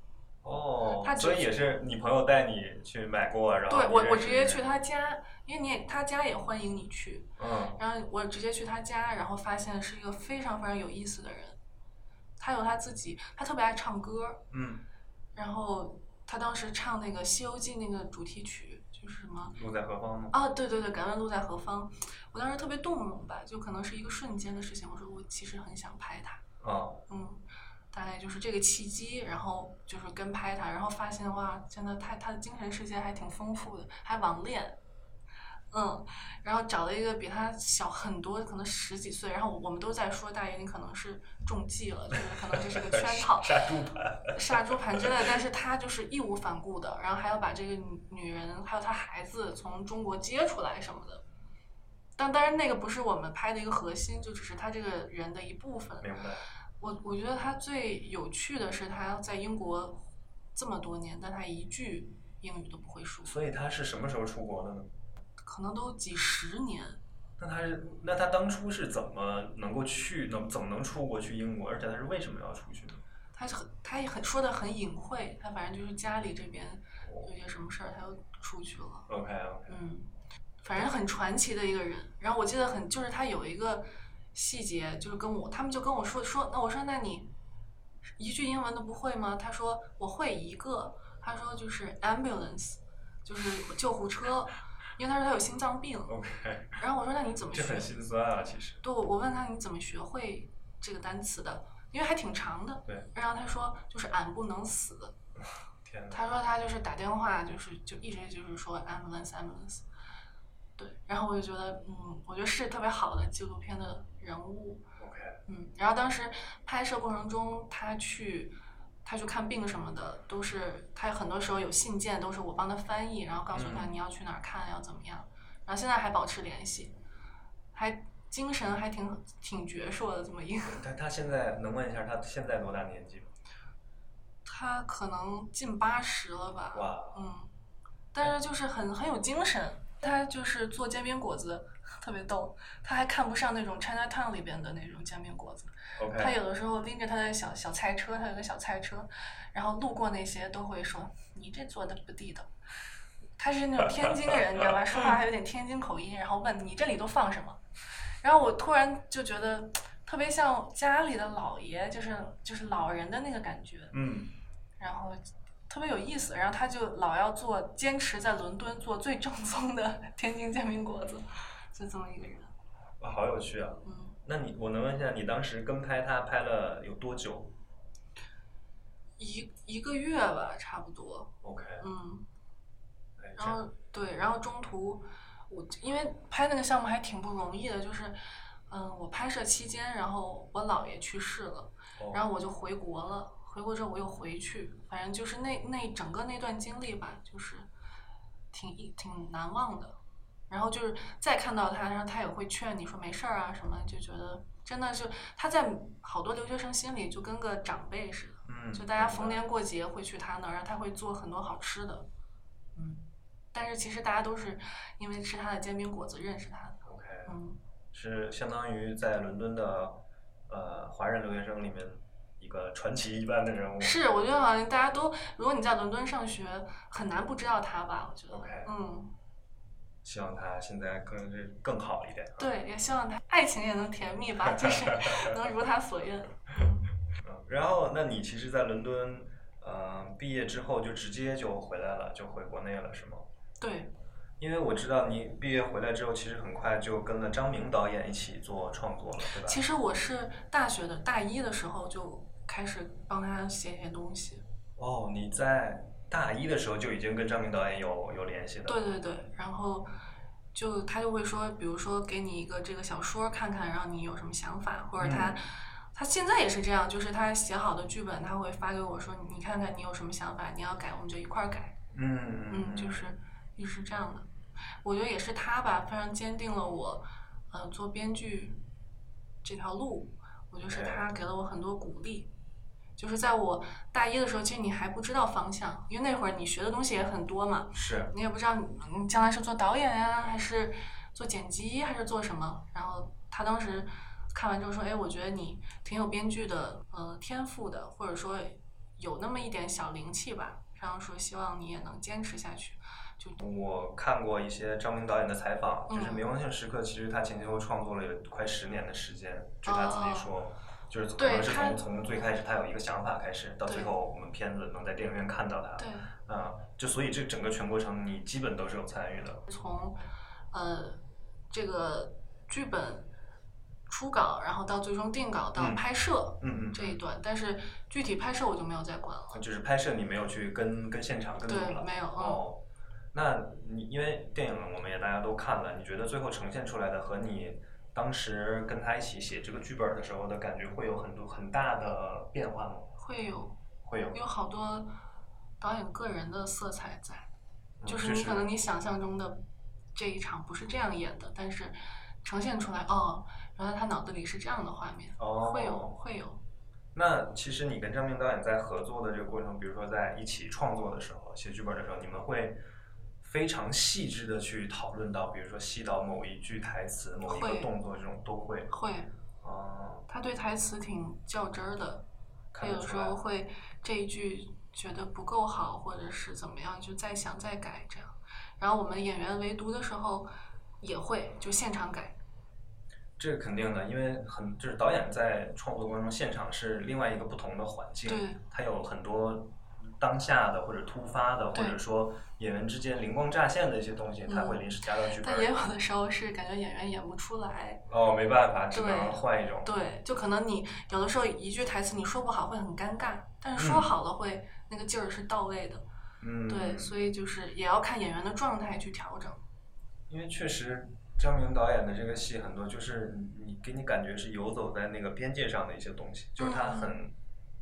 Speaker 4: 哦
Speaker 5: 他，只
Speaker 4: 所以也是你朋友带你去买过，然后
Speaker 5: 对
Speaker 4: 你
Speaker 5: 我
Speaker 4: 认
Speaker 5: 我
Speaker 4: 识
Speaker 5: 直接
Speaker 4: 的
Speaker 5: 去他家，因为你也他家也欢迎你去。
Speaker 4: 嗯。
Speaker 5: 然后我直接去他家，然后发现是一个非常非常有意思的人，他有他自己，他特别爱唱歌，
Speaker 4: 嗯，
Speaker 5: 然后他当时唱那个《西游记》那个主题曲，就是什么。
Speaker 4: 路在何方呢？
Speaker 5: 啊，对对对，敢问路在何方？我当时特别动容吧，就可能是一个瞬间的事情。我说我其实很想拍他，
Speaker 4: 啊，
Speaker 5: 嗯，大概就是这个契机，然后就是跟拍他，然后发现哇，真的他他的精神世界还挺丰富的，还网恋，嗯，然后找了一个比他小很多，可能十几岁，然后我们都在说大爷你可能是中计了，就是可能这是个圈套，
Speaker 4: 杀猪盘。
Speaker 5: 杀猪盘之类，但是他就是义无反顾的，然后还要把这个女女人还有她孩子从中国接出来什么的。但当然，那个不是我们拍的一个核心，就只是他这个人的一部分。
Speaker 4: 明白。
Speaker 5: 我我觉得他最有趣的是，他在英国这么多年，但他一句英语都不会说，
Speaker 4: 所以他是什么时候出国的呢？
Speaker 5: 可能都几十年。
Speaker 4: 那他是，那他当初是怎么能够去，能怎么能出国去英国？而且他是为什么要出去呢？
Speaker 5: 他是很他也很说的很隐晦，他反正就是家里这边有些什么事儿，他又出去了。
Speaker 4: OK OK，
Speaker 5: 嗯，反正很传奇的一个人。然后我记得很，就是他有一个细节，就是跟我他们就跟我说说，那我说那你一句英文都不会吗？他说我会一个，他说就是 ambulance，就是救护车，因为他说他有心脏病。
Speaker 4: OK，
Speaker 5: 然后我说那你怎
Speaker 4: 哦
Speaker 5: 么
Speaker 4: 这很
Speaker 5: 学？
Speaker 4: 心酸啊，其实。
Speaker 5: 对，我我问他你怎么学会这个单词的，因为还挺长的。
Speaker 4: 对。
Speaker 5: 然后他说就是俺不能死。
Speaker 4: 天哪，
Speaker 5: 他说他就是打电话，就是就一直就是说 ambulance ambulance，对，然后我就觉得，嗯，我觉得是特别好的纪录片的人物，
Speaker 4: OK，
Speaker 5: 嗯，然后当时拍摄过程中，他去他去看病什么的，都是他很多时候有信件都是我帮他翻译，然后告诉他
Speaker 4: 嗯
Speaker 5: 你要去哪儿看，要怎么样，然后现在还保持联系，还精神还挺挺矍铄的这么一个，
Speaker 4: 他他现在能问一下他现在多大年纪吗？
Speaker 5: 他可能近八十了吧，
Speaker 4: 哇，
Speaker 5: 嗯，但是就是很很有精神。他就是做煎饼果子， 特别逗。他还看不上那种 China Town 里边的那种煎饼果子。
Speaker 4: OK
Speaker 5: 他有的时候拎着他的小小菜车，他有个小菜车，然后路过那些都会说：“你这做的不地道。”他是那种天津人，你知道吧？说话还有点天津口音，然后问你这里都放什么。然后我突然就觉得特别像家里的老爷，就是就是老人的那个感觉。
Speaker 4: 嗯，
Speaker 5: 然后特别有意思，然后他就老要做，坚持在伦敦做最正宗的 天津煎饼果子，就这么一个人。
Speaker 4: 哇，好有趣啊！
Speaker 5: 嗯，
Speaker 4: 那你我能问一下，你当时跟拍他拍了有多久
Speaker 5: 一一个月吧，差不多。
Speaker 4: ？OK，
Speaker 5: 嗯，
Speaker 4: 哎这
Speaker 5: 然后对，然后中途我因为拍那个项目还挺不容易的，就是嗯，我拍摄期间，然后我姥爷去世了，
Speaker 4: 哦
Speaker 5: 然后我就回国了。回国之后我又回去，反正就是那那整个那段经历吧，就是挺一挺难忘的。然后就是再看到他，然后他也会劝你说没事儿啊什么，就觉得真的就他在好多留学生心里就跟个长辈似的，
Speaker 4: 嗯，
Speaker 5: 就大家逢
Speaker 4: 明白
Speaker 5: 年过节会去他那儿，然后他会做很多好吃的。嗯，但是其实大家都是因为吃他的煎饼果子认识他的。
Speaker 4: OK，
Speaker 5: 嗯，
Speaker 4: 是相当于在伦敦的呃华人留学生里面一个传奇一般的人物。
Speaker 5: 是，我觉得好像大家都，如果你在伦敦上学，很难不知道他吧？我觉得
Speaker 4: OK
Speaker 5: 嗯，
Speaker 4: 希望他现在更是更好一点。啊
Speaker 5: 对，也希望他爱情也能甜蜜 吧，就是能如他所愿。
Speaker 4: 嗯，然后那你其实，在伦敦，呃，毕业之后就直接就回来了，就回国内了，是吗？
Speaker 5: 对，
Speaker 4: 因为我知道你毕业回来之后，其实很快就跟了张明导演一起做创作了，对吧？
Speaker 5: 其实我是大学的大一的时候就开始帮他写写东西。
Speaker 4: 哦，你在大一的时候就已经跟张明导演有有联系的。
Speaker 5: 对对对，然后就他就会说，比如说给你一个这个小说看看，让你有什么想法，或者他、
Speaker 4: 嗯
Speaker 5: 他现在也是这样，就是他写好的剧本，他会发给我说，你看看你有什么想法，你要改我们就一块儿改，
Speaker 4: 嗯
Speaker 5: 嗯，就是也是这样的。我觉得也是他吧，非常坚定了我，呃，做编剧这条路。我觉得是
Speaker 4: 对
Speaker 5: 他给了我很多鼓励，就是在我大一的时候，其实你还不知道方向，因为那会儿你学的东西也很多嘛，
Speaker 4: 是
Speaker 5: 你也不知道你你将来是做导演呀、还是做剪辑，还是做什么。然后他当时看完之后说：“哎，我觉得你挺有编剧的呃天赋的，或者说有那么一点小灵气吧。”然后说希望你也能坚持下去。
Speaker 4: 我看过一些张明导演的采访，就是《
Speaker 5: 嗯
Speaker 4: 冥王性时刻》，其实他前前后后创作了有快十年的时间，据他自己说，就是可
Speaker 5: 哦对
Speaker 4: 能是
Speaker 5: 他
Speaker 4: 从从最开始他有一个想法开始，到最
Speaker 5: 对
Speaker 4: 后我们片子能在电影院看到他，
Speaker 5: 对，
Speaker 4: 啊、就所以这整个全过程你基本都是有参与的，
Speaker 5: 呃，这个剧本初稿，然后到最终定稿到
Speaker 4: 嗯
Speaker 5: 拍摄、
Speaker 4: 嗯
Speaker 5: 这一段，但是具体拍摄我就没有再管了。
Speaker 4: 嗯，就是拍摄你没有去跟跟现场跟
Speaker 5: 对
Speaker 4: 组了，，
Speaker 5: 没有，嗯，
Speaker 4: 哦，那你因为电影我们也大家都看了，你觉得最后呈现出来的和你当时跟他一起写这个剧本的时候的感觉会有很多很大的变化吗？
Speaker 5: 会有。
Speaker 4: 会有，
Speaker 5: 有好多导演个人的色彩在，
Speaker 4: 嗯
Speaker 5: 就是你可能你想象中的这一场不是这样演的，但是呈现出来哦，原来他脑子里是这样的画面，
Speaker 4: 哦
Speaker 5: 会有会有，
Speaker 4: 那其实你跟张明导演在合作的这个过程，比如说在一起创作的时候、写剧本的时候，你们会非常细致的去讨论到，比如说细到某一句台词、某一个
Speaker 5: 会
Speaker 4: 动作这种都会。
Speaker 5: 会，
Speaker 4: 啊、
Speaker 5: 他对台词挺较真儿的，
Speaker 4: 看得
Speaker 5: 他有
Speaker 4: 出
Speaker 5: 时
Speaker 4: 来
Speaker 5: 候。会这一句觉得不够好，或者是怎么样，就再想再改这样。然后我们演员围读的时候也会就现场改，
Speaker 4: 这是肯定的，因为很就是导演在创作过程中，现场是另外一个不同的环境，
Speaker 5: 对
Speaker 4: 它有很多当下的或者突发的，或
Speaker 5: 对
Speaker 4: 者说演员之间灵光乍现的一些东西，他
Speaker 5: 嗯
Speaker 4: 会临时加到剧本
Speaker 5: 但也有
Speaker 4: 里。
Speaker 5: 的时候是感觉演员演不出来，
Speaker 4: 哦，没办法，只
Speaker 5: 对
Speaker 4: 能换一种。
Speaker 5: 对，就可能你有的时候一句台词你说不好会很尴尬，但
Speaker 4: 嗯
Speaker 5: 是说好了会、那个劲儿是到位的，
Speaker 4: 嗯，
Speaker 5: 对，所以就是也要看演员的状态去调整。
Speaker 4: 因为确实张明导演的这个戏很多，就是你给你感觉是游走在那个边界上的一些东西，就是他
Speaker 5: 嗯
Speaker 4: 很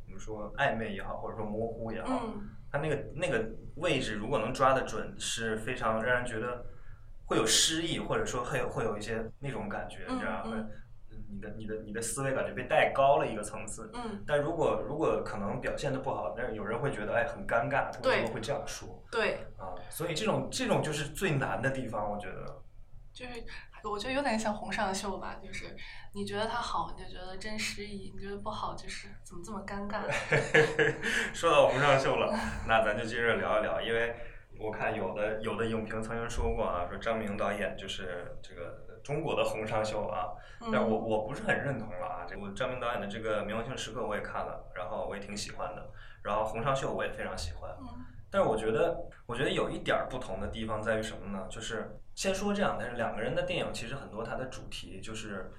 Speaker 4: 怎么说暧昧也好，或者说模糊也好，
Speaker 5: 嗯，
Speaker 4: 他那个那个位置如果能抓得准，是非常让人觉得会有诗意，或者说会有会有一些那种感觉，
Speaker 5: 嗯
Speaker 4: 你知道吗
Speaker 5: 嗯？
Speaker 4: 你的你的你的思维感觉被带高了一个层次。
Speaker 5: 嗯，
Speaker 4: 但如果如果可能表现的不好，但是有人会觉得哎很尴尬，他为
Speaker 5: 对
Speaker 4: 什么会这样说
Speaker 5: 对，
Speaker 4: 啊？所以这种这种就是最难的地方，我觉得。
Speaker 5: 就是我觉得有点像红上秀吧，就是你觉得它好，你就觉得真诗意；你觉得不好，就是怎么这么尴尬。
Speaker 4: 说到红上秀了，那咱就接着聊一聊，因为我看有的有的影评曾经说过啊，说张明导演就是这个中国的红上秀啊，但我
Speaker 5: 嗯，
Speaker 4: 我不是很认同了啊。这个张明导演的这个《冥王星时刻》我也看了，然后我也挺喜欢的，然后《红上秀》我也非常喜欢。
Speaker 5: 嗯
Speaker 4: 但是我觉得，我觉得有一点儿不同的地方在于什么呢？就是先说这样，但是两个人的电影其实很多它的主题就是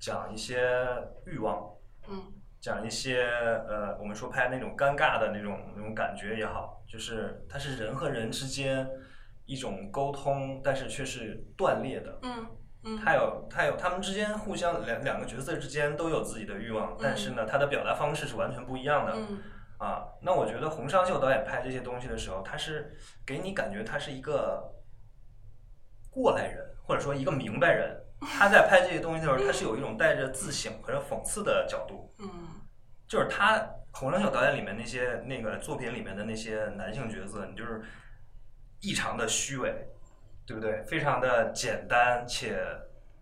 Speaker 4: 讲一些欲望，
Speaker 5: 嗯
Speaker 4: 讲一些呃，我们说拍那种尴尬的那种那种感觉也好，就是它是人和人之间一种沟通，但是却是断裂的。
Speaker 5: 嗯嗯，
Speaker 4: 他有他有他们之间互相两两个角色之间都有自己的欲望，但是呢，他的表达方式是完全不一样的。
Speaker 5: 嗯
Speaker 4: 啊，那我觉得洪尚秀导演拍这些东西的时候，他是给你感觉他是一个过来人，或者说一个明白人。他在拍这些东西的时候，他是有一种带着自省和讽刺的角度，
Speaker 5: 嗯
Speaker 4: 就是他洪尚秀导演里面那些那个作品里面的那些男性角色，你就是异常的虚伪，对不对？非常的简单且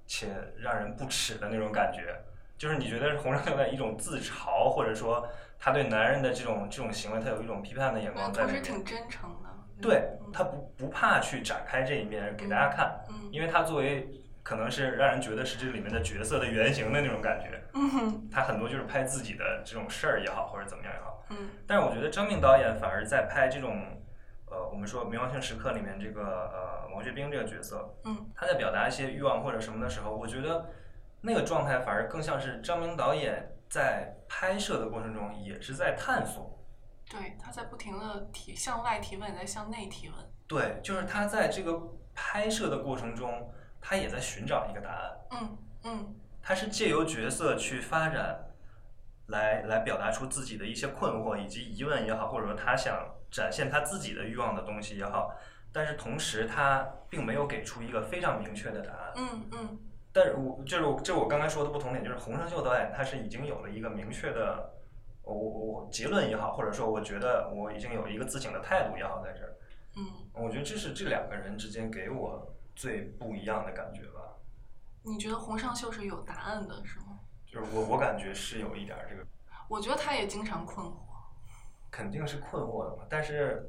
Speaker 4: 且让人不齿的那种感觉，就是你觉得洪尚秀导演一种自嘲，或者说他对男人的这种这种行为，他有一种批判的眼
Speaker 5: 嗯，
Speaker 4: 光在
Speaker 5: 同
Speaker 4: 里
Speaker 5: 时
Speaker 4: 面。
Speaker 5: 挺真诚的。
Speaker 4: 对
Speaker 5: 嗯
Speaker 4: 他不不怕去展开这一面给大家看，
Speaker 5: 嗯
Speaker 4: 因为他作为可能是让人觉得是这里面的角色的原型的那种感觉，
Speaker 5: 嗯
Speaker 4: 他很多就是拍自己的这种事儿也好，或者怎么样也好。
Speaker 5: 嗯
Speaker 4: 但是我觉得张明导演反而在拍这种，呃，我们说《冥王星时刻》里面这个呃王学兵这个角色，
Speaker 5: 嗯
Speaker 4: 他在表达一些欲望或者什么的时候，我觉得那个状态反而更像是张明导演在拍摄的过程中也是在探索。
Speaker 5: 对，他在不停的提向外提问，也在向内提问。
Speaker 4: 对，就是他在这个拍摄的过程中，他也在寻找一个答案。
Speaker 5: 嗯嗯
Speaker 4: 他是借由角色去发展，来来表达出自己的一些困惑以及疑问也好，或者说他想展现他自己的欲望的东西也好，但是同时他并没有给出一个非常明确的答案。
Speaker 5: 嗯嗯
Speaker 4: 但是我就是我这是我刚才说的不同点，就是洪尚秀导演他是已经有了一个明确的，我我我结论也好，或者说我觉得我已经有一个自省的态度也好，在这儿，
Speaker 5: 嗯，
Speaker 4: 我觉得这是这两个人之间给我最不一样的感觉吧。
Speaker 5: 你觉得洪尚秀是有答案的，是吗？
Speaker 4: 就是我我感觉是有一点儿这个
Speaker 5: 我觉得他也经常困惑。
Speaker 4: 肯定是困惑的嘛。但是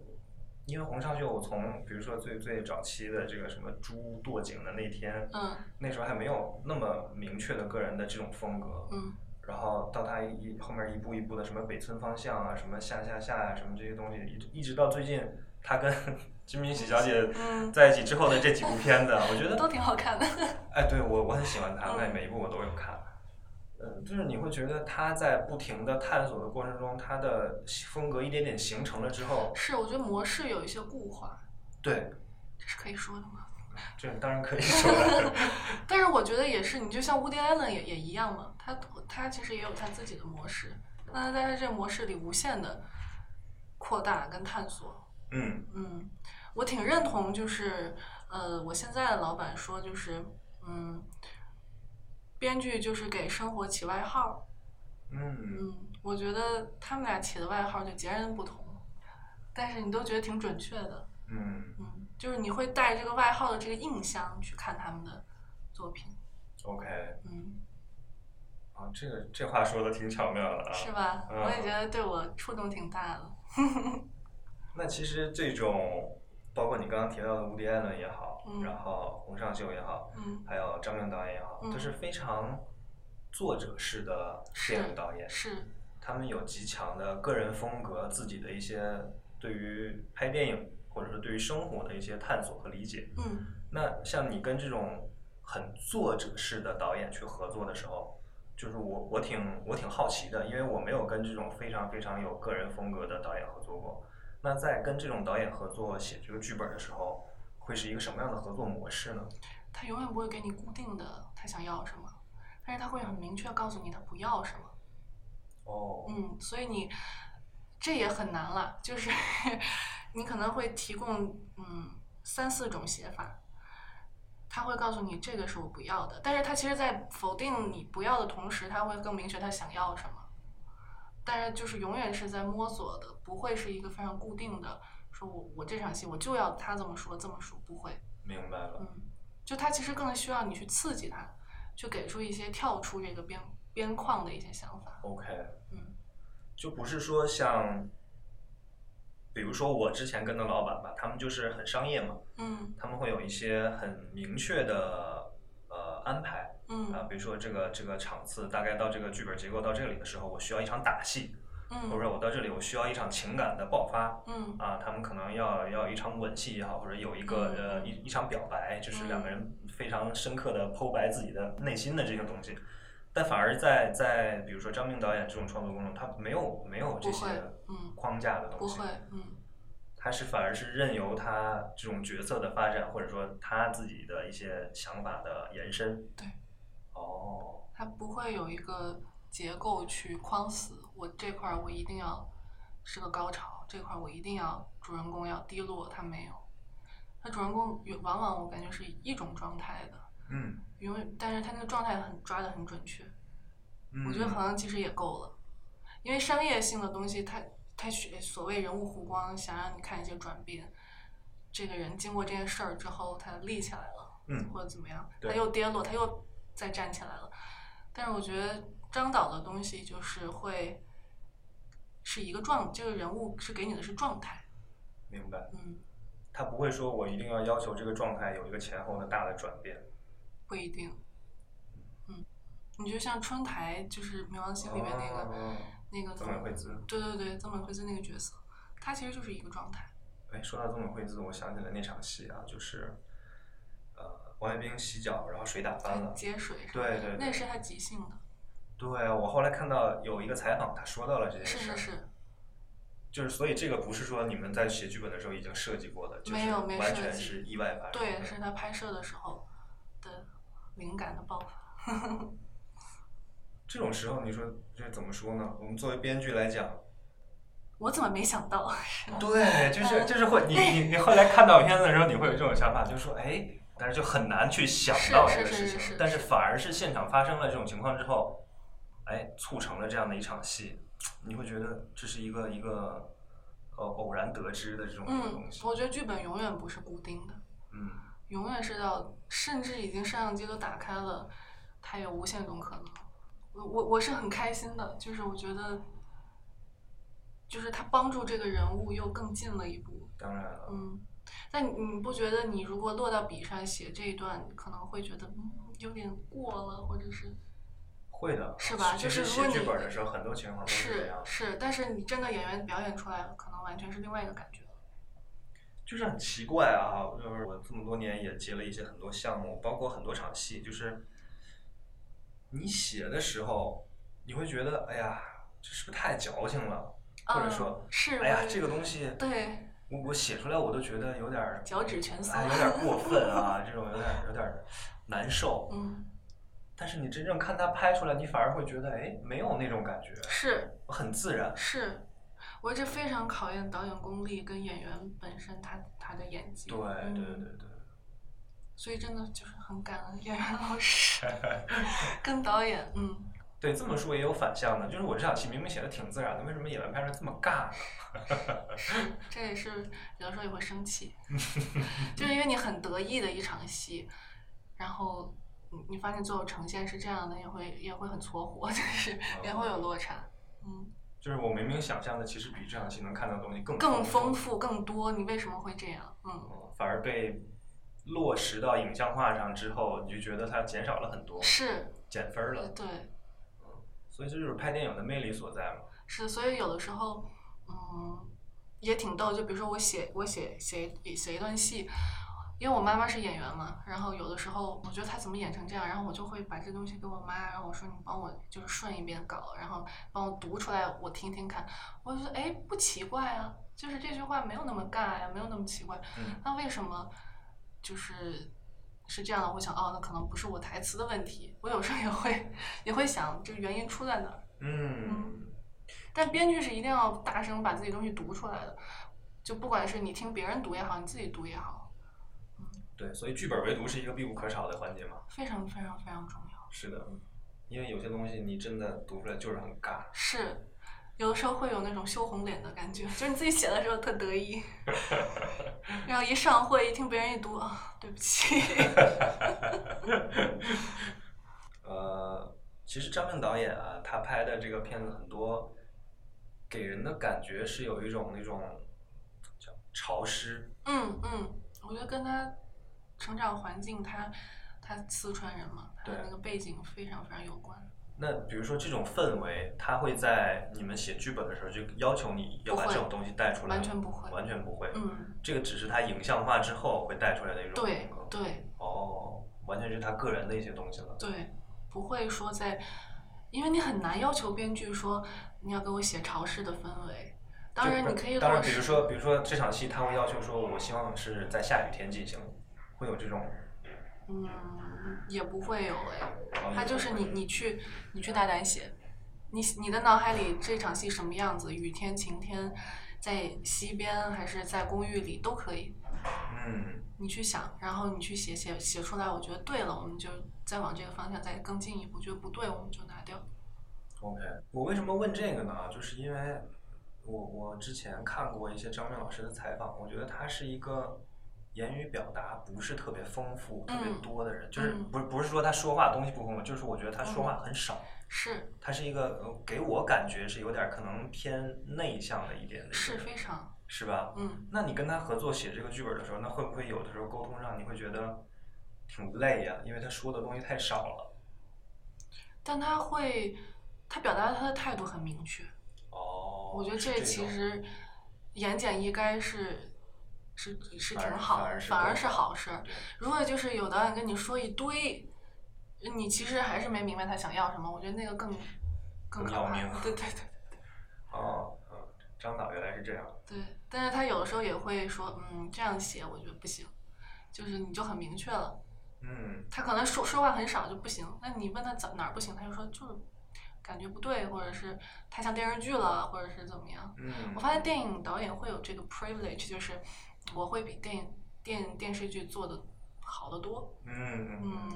Speaker 4: 因为洪尚秀，我从比如说最最早期的这个什么猪堕井的那天，
Speaker 5: 嗯
Speaker 4: 那时候还没有那么明确的个人的这种风格，
Speaker 5: 嗯
Speaker 4: 然后到他一后面一步一步的什么北村方向啊，什么下下下啊，什么这些东西，一直一直到最近他跟 金敏喜小姐
Speaker 5: 嗯，
Speaker 4: 在一起之后的这几部片子啊，我觉得
Speaker 5: 都挺好看的。
Speaker 4: 哎，对我我很喜欢他，
Speaker 5: 嗯
Speaker 4: 那每一部我都有看。嗯，就是你会觉得他在不停的探索的过程中，他的风格一点点形成了之后，
Speaker 5: 是，我觉得模式有一些固化，
Speaker 4: 对，
Speaker 5: 这是可以说的吗？
Speaker 4: 这当然可以说了。
Speaker 5: 但是我觉得也是，你就像 Woody Allen 也也一样嘛，他他其实也有他自己的模式，那他在他这个模式里无限的扩大跟探索。
Speaker 4: 嗯
Speaker 5: 嗯，我挺认同，就是呃，我现在的老板说，就是嗯，编剧就是给生活起外号儿。
Speaker 4: 嗯，
Speaker 5: 嗯，我觉得他们俩起的外号儿就截然不同，但是你都觉得挺准确的。
Speaker 4: 嗯
Speaker 5: 嗯，就是你会带这个外号的这个印象去看他们的作品。
Speaker 4: ，OK，
Speaker 5: 嗯，
Speaker 4: 啊，这个这话说的挺巧妙的啊。
Speaker 5: 是吧？
Speaker 4: 嗯
Speaker 5: 我也觉得对我触动挺大的。
Speaker 4: 那其实这种，包括你刚刚提到的伍迪·艾伦也好，
Speaker 5: 嗯
Speaker 4: 然后洪尚秀也好，
Speaker 5: 嗯，
Speaker 4: 还有张亮导演也好，
Speaker 5: 嗯
Speaker 4: 都是非常作者式的电影导演，
Speaker 5: 是，
Speaker 4: 他们有极强的个人风格，自己的一些对于拍电影或者说对于生活的一些探索和理解。
Speaker 5: 嗯
Speaker 4: 那像你跟这种很作者式的导演去合作的时候，就是我我挺我挺好奇的，因为我没有跟这种非常非常有个人风格的导演合作过。那在跟这种导演合作写这个剧本的时候，会是一个什么样的合作模式呢？
Speaker 5: 他永远不会给你固定的他想要什么，但是他会很明确告诉你他不要什么。
Speaker 4: 哦，
Speaker 5: 嗯，所以你这也很难了，就是 你可能会提供嗯三四种写法，他会告诉你这个是我不要的，但是他其实在否定你不要的同时，他会更明确他想要什么。但是就是永远是在摸索的，不会是一个非常固定的，说我我这场戏我就要他这么说这么说，不会。
Speaker 4: 明白了。
Speaker 5: 嗯，就他其实更需要你去刺激他，去给出一些跳出这个边边框的一些想法。
Speaker 4: OK，
Speaker 5: 嗯。
Speaker 4: 就不是说像，比如说我之前跟的老板吧，他们就是很商业嘛，
Speaker 5: 嗯
Speaker 4: 他们会有一些很明确的呃安排。啊
Speaker 5: 嗯，
Speaker 4: 比如说这个这个场次大概到这个剧本结构到这里的时候，我需要一场打戏，或者
Speaker 5: 嗯
Speaker 4: 说我到这里我需要一场情感的爆发
Speaker 5: 嗯
Speaker 4: 啊，他们可能要要一场吻戏也好，或者有一个
Speaker 5: 嗯
Speaker 4: 呃一一场表白，就是两个人非常深刻的剖白自己的内心的这些东西。但反而在在比如说张明导演这种创作过程中，他没有没有这些
Speaker 5: 不会嗯
Speaker 4: 框架的
Speaker 5: 不
Speaker 4: 东西，
Speaker 5: 会，嗯
Speaker 4: 他是反而是任由他这种角色的发展，或者说他自己的一些想法的延伸。
Speaker 5: 对，
Speaker 4: 哦。
Speaker 5: 它不会有一个结构去框死我这块儿，我一定要是个高潮，这块儿我一定要主人公要低落，它没有。它主人公有往往我感觉是一种状态的，
Speaker 4: 嗯，
Speaker 5: 因为但是他那个状态很抓的很准确，
Speaker 4: 嗯
Speaker 5: 我觉得好像其实也够了，因为商业性的东西它，它需所谓人物弧光，想让你看一些转变，这个人经过这件事儿之后，他立起来了，
Speaker 4: 嗯
Speaker 5: 或者怎么样，
Speaker 4: 对
Speaker 5: 他又跌落，他又再站起来了。但是我觉得张导的东西就是会是一个状，这个人物是给你的是状态，
Speaker 4: 明白。
Speaker 5: 嗯，
Speaker 4: 他不会说我一定要要求这个状态有一个前后的大的转变。
Speaker 5: 不一定，嗯，你就像春台，就是《冥王星》里面那个、
Speaker 4: 哦
Speaker 5: 那个
Speaker 4: 曾美惠子
Speaker 5: 对对对，曾美惠子那个角色，他其实就是一个状态。
Speaker 4: 哎，说到这么惠子，我想起了那场戏啊，就是呃，王卫兵洗脚，然后水打翻
Speaker 5: 它
Speaker 4: 了。
Speaker 5: 接水是吧，
Speaker 4: 对对
Speaker 5: 那
Speaker 4: 对，
Speaker 5: 是他即兴的，
Speaker 4: 对啊我后来看到有一个采访，他说到了这件
Speaker 5: 是
Speaker 4: 事
Speaker 5: 是
Speaker 4: 儿，
Speaker 5: 是，
Speaker 4: 就是所以这个不是说你们在写剧本的时候已经设计过的，就是
Speaker 5: 没有没
Speaker 4: 完
Speaker 5: 设
Speaker 4: 全
Speaker 5: 计
Speaker 4: 是意外发生的。
Speaker 5: 对，是他拍摄的时候的灵感的爆发。
Speaker 4: 这种时候，你说这怎么说呢？我们作为编剧来讲，
Speaker 5: 我怎么没想到？
Speaker 4: 对，就是
Speaker 5: 嗯
Speaker 4: 就是会，你你你后来看到片子的时候，你会有这种想法，就是说，哎，但是就很难去想到这个事
Speaker 5: 是是
Speaker 4: 情
Speaker 5: 是是是，
Speaker 4: 但是反而是现场发生了这种情况之后，哎，促成了这样的一场戏，你会觉得这是一个一个呃偶然得知的这种一个
Speaker 5: 嗯
Speaker 4: 东，西，
Speaker 5: 我觉得剧本永远不是固定的，
Speaker 4: 嗯，
Speaker 5: 永远是到甚至已经摄像机都打开了，它有无限种可能。我我我是很开心的，就是我觉得，就是他帮助这个人物又更近了一步，
Speaker 4: 当然了，
Speaker 5: 嗯，但你你不觉得你如果落到笔上写这一段，可能会觉得嗯有点过了，或者是
Speaker 4: 会的，
Speaker 5: 是吧
Speaker 4: 其实
Speaker 5: 就是如
Speaker 4: 写
Speaker 5: 果
Speaker 4: 剧
Speaker 5: 你
Speaker 4: 本的时候，很多情况都嗯是这
Speaker 5: 是
Speaker 4: 样，
Speaker 5: 是，但是你真的演员表演出来，可能完全是另外一个感觉了。
Speaker 4: 就是很奇怪啊，就是我这么多年也接了一些很多项目，包括很多场戏，就是你写的时候，你会觉得，哎呀，这是不是太矫情了？或者
Speaker 5: 嗯
Speaker 4: 说，
Speaker 5: 是
Speaker 4: 哎呀
Speaker 5: 我，
Speaker 4: 这个东西，
Speaker 5: 对
Speaker 4: 我我写出来我都觉得有点儿，
Speaker 5: 脚趾全松
Speaker 4: 哎，有点儿过分啊，这种有点儿有点儿难受。
Speaker 5: 嗯
Speaker 4: 但是你真正看他拍出来，你反而会觉得，哎，没有那种感觉，
Speaker 5: 是
Speaker 4: 很自然。
Speaker 5: 是，我这非常考验导演功力跟演员本身他他的演技。
Speaker 4: 对对对
Speaker 5: 嗯
Speaker 4: 对。
Speaker 5: 所以真的就是很感恩演员老师跟导演，嗯，
Speaker 4: 对，这么说也有反向的，就是我这场戏明明写的挺自然的，为什么演员拍出来这么尬呢？
Speaker 5: 是，这也是有的时候也会生气，就是因为你很得意的一场戏，然后你你发现最后呈现是这样的，也会也会很搓火，就是也会有落差。嗯，
Speaker 4: 就是我明明想象的，其实比这场戏能看到的东西更丰
Speaker 5: 更丰富更多，你为什么会这样？嗯，
Speaker 4: 嗯反而被落实到影像化上之后，你就觉得它减少了很多，
Speaker 5: 是，
Speaker 4: 减分了。
Speaker 5: 对，
Speaker 4: 所以这就是拍电影的魅力所在嘛。
Speaker 5: 是，所以有的时候，嗯，也挺逗。就比如说我写我写写一写一段戏，因为我妈妈是演员嘛，然后有的时候我觉得她怎么演成这样，然后我就会把这东西给我妈，然后我说你帮我就是顺一遍稿，然后帮我读出来，我听听看。我就说哎，不奇怪啊，就是这句话没有那么尬呀、没有那么奇怪。
Speaker 4: 嗯，
Speaker 5: 那为什么就是是这样的？我想哦，那可能不是我台词的问题。我有时候也会也会想这个原因出在哪儿。
Speaker 4: 嗯，
Speaker 5: 但编剧是一定要大声把自己东西读出来的，就不管是你听别人读也好，你自己读也好，
Speaker 4: 对，所以剧本围读是一个必不可少的环节嘛。
Speaker 5: 非常非常非常重要。
Speaker 4: 是的，因为有些东西你真的读出来就是很尬。
Speaker 5: 是，有的时候会有那种羞红脸的感觉，就是你自己写的时候特得意，然后一上会一听别人一读啊，对不起。
Speaker 4: 呃，其实张亮导演啊，他拍的这个片子很多，给人的感觉是有一种那种叫潮湿，
Speaker 5: 嗯嗯，我觉得跟他成长环境，他他四川人嘛，他的
Speaker 4: 对
Speaker 5: 那个背景非常非常有关。
Speaker 4: 那比如说这种氛围，他会在你们写剧本的时候就要求你要把
Speaker 5: 不会
Speaker 4: 这种东西带出来吗，
Speaker 5: 完全不会
Speaker 4: 完全不会。
Speaker 5: 嗯，
Speaker 4: 这个只是他影像化之后会带出来的一种
Speaker 5: 对
Speaker 4: 风格。
Speaker 5: 对。
Speaker 4: 哦，完全是他个人的一些东西了。
Speaker 5: 对，不会说在，因为你很难要求编剧说你要给我写潮湿的氛围。当然，
Speaker 4: 就
Speaker 5: 你
Speaker 4: 不
Speaker 5: 可以
Speaker 4: 当然，
Speaker 5: 落
Speaker 4: 比如
Speaker 5: 实
Speaker 4: 说，比如说这场戏，他会要求说，我希望是在下雨天进行，会有这种。
Speaker 5: 嗯，也不会有哎，
Speaker 4: 哦
Speaker 5: 它就是你你去你去大胆写，你你的脑海里这场戏什么样子？雨天、晴天，在西边还是在公寓里都可以，
Speaker 4: 嗯，
Speaker 5: 你去想，然后你去写写写出来，我觉得对了，我们就再往这个方向再更进一步；觉得不对，我们就拿掉。
Speaker 4: OK，我为什么问这个呢？就是因为我我之前看过一些张亮老师的采访，我觉得他是一个言语表达不是特别丰富、特别
Speaker 5: 嗯
Speaker 4: 多的人，就是
Speaker 5: 嗯
Speaker 4: 不是不是说他说话东西不丰富，就是我觉得他说话很少，
Speaker 5: 是
Speaker 4: 他是一个呃给我感觉是有点可能偏内向的一点的一个
Speaker 5: 是
Speaker 4: 人
Speaker 5: 非常
Speaker 4: 是吧？
Speaker 5: 嗯。
Speaker 4: 那你跟他合作写这个剧本的时候，那会不会有的时候沟通上你会觉得挺累呀、因为他说的东西太少了。
Speaker 5: 但他会，他表达他的态度很明确。
Speaker 4: 哦
Speaker 5: 我觉得
Speaker 4: 是
Speaker 5: 这其
Speaker 4: 种
Speaker 5: 实言简意赅是是是
Speaker 4: 反
Speaker 5: 挺
Speaker 4: 而
Speaker 5: 好
Speaker 4: 反而
Speaker 5: 的，
Speaker 4: 是
Speaker 5: 反而
Speaker 4: 更
Speaker 5: 是
Speaker 4: 好
Speaker 5: 好事儿。
Speaker 4: 对
Speaker 5: 如果就是有导演跟你说一堆，你其实还是没明白他想要什么，我觉得那个更更
Speaker 4: 更
Speaker 5: 可
Speaker 4: 要
Speaker 5: 怕
Speaker 4: 命。
Speaker 5: 对对对
Speaker 4: 哦，嗯张导原来是这样。
Speaker 5: 对，但是他有的时候也会说，嗯，这样写我觉得不行，就是你就很明确了。
Speaker 4: 嗯，
Speaker 5: 他可能说说话很少就不行，那你问他怎哪儿不行，他就说就是感觉不对，或者是太像电视剧了，或者是怎么样。
Speaker 4: 嗯，
Speaker 5: 我发现电影导演会有这个 privilege，就是我会比电影电电视剧做的好得多，
Speaker 4: 嗯嗯
Speaker 5: 嗯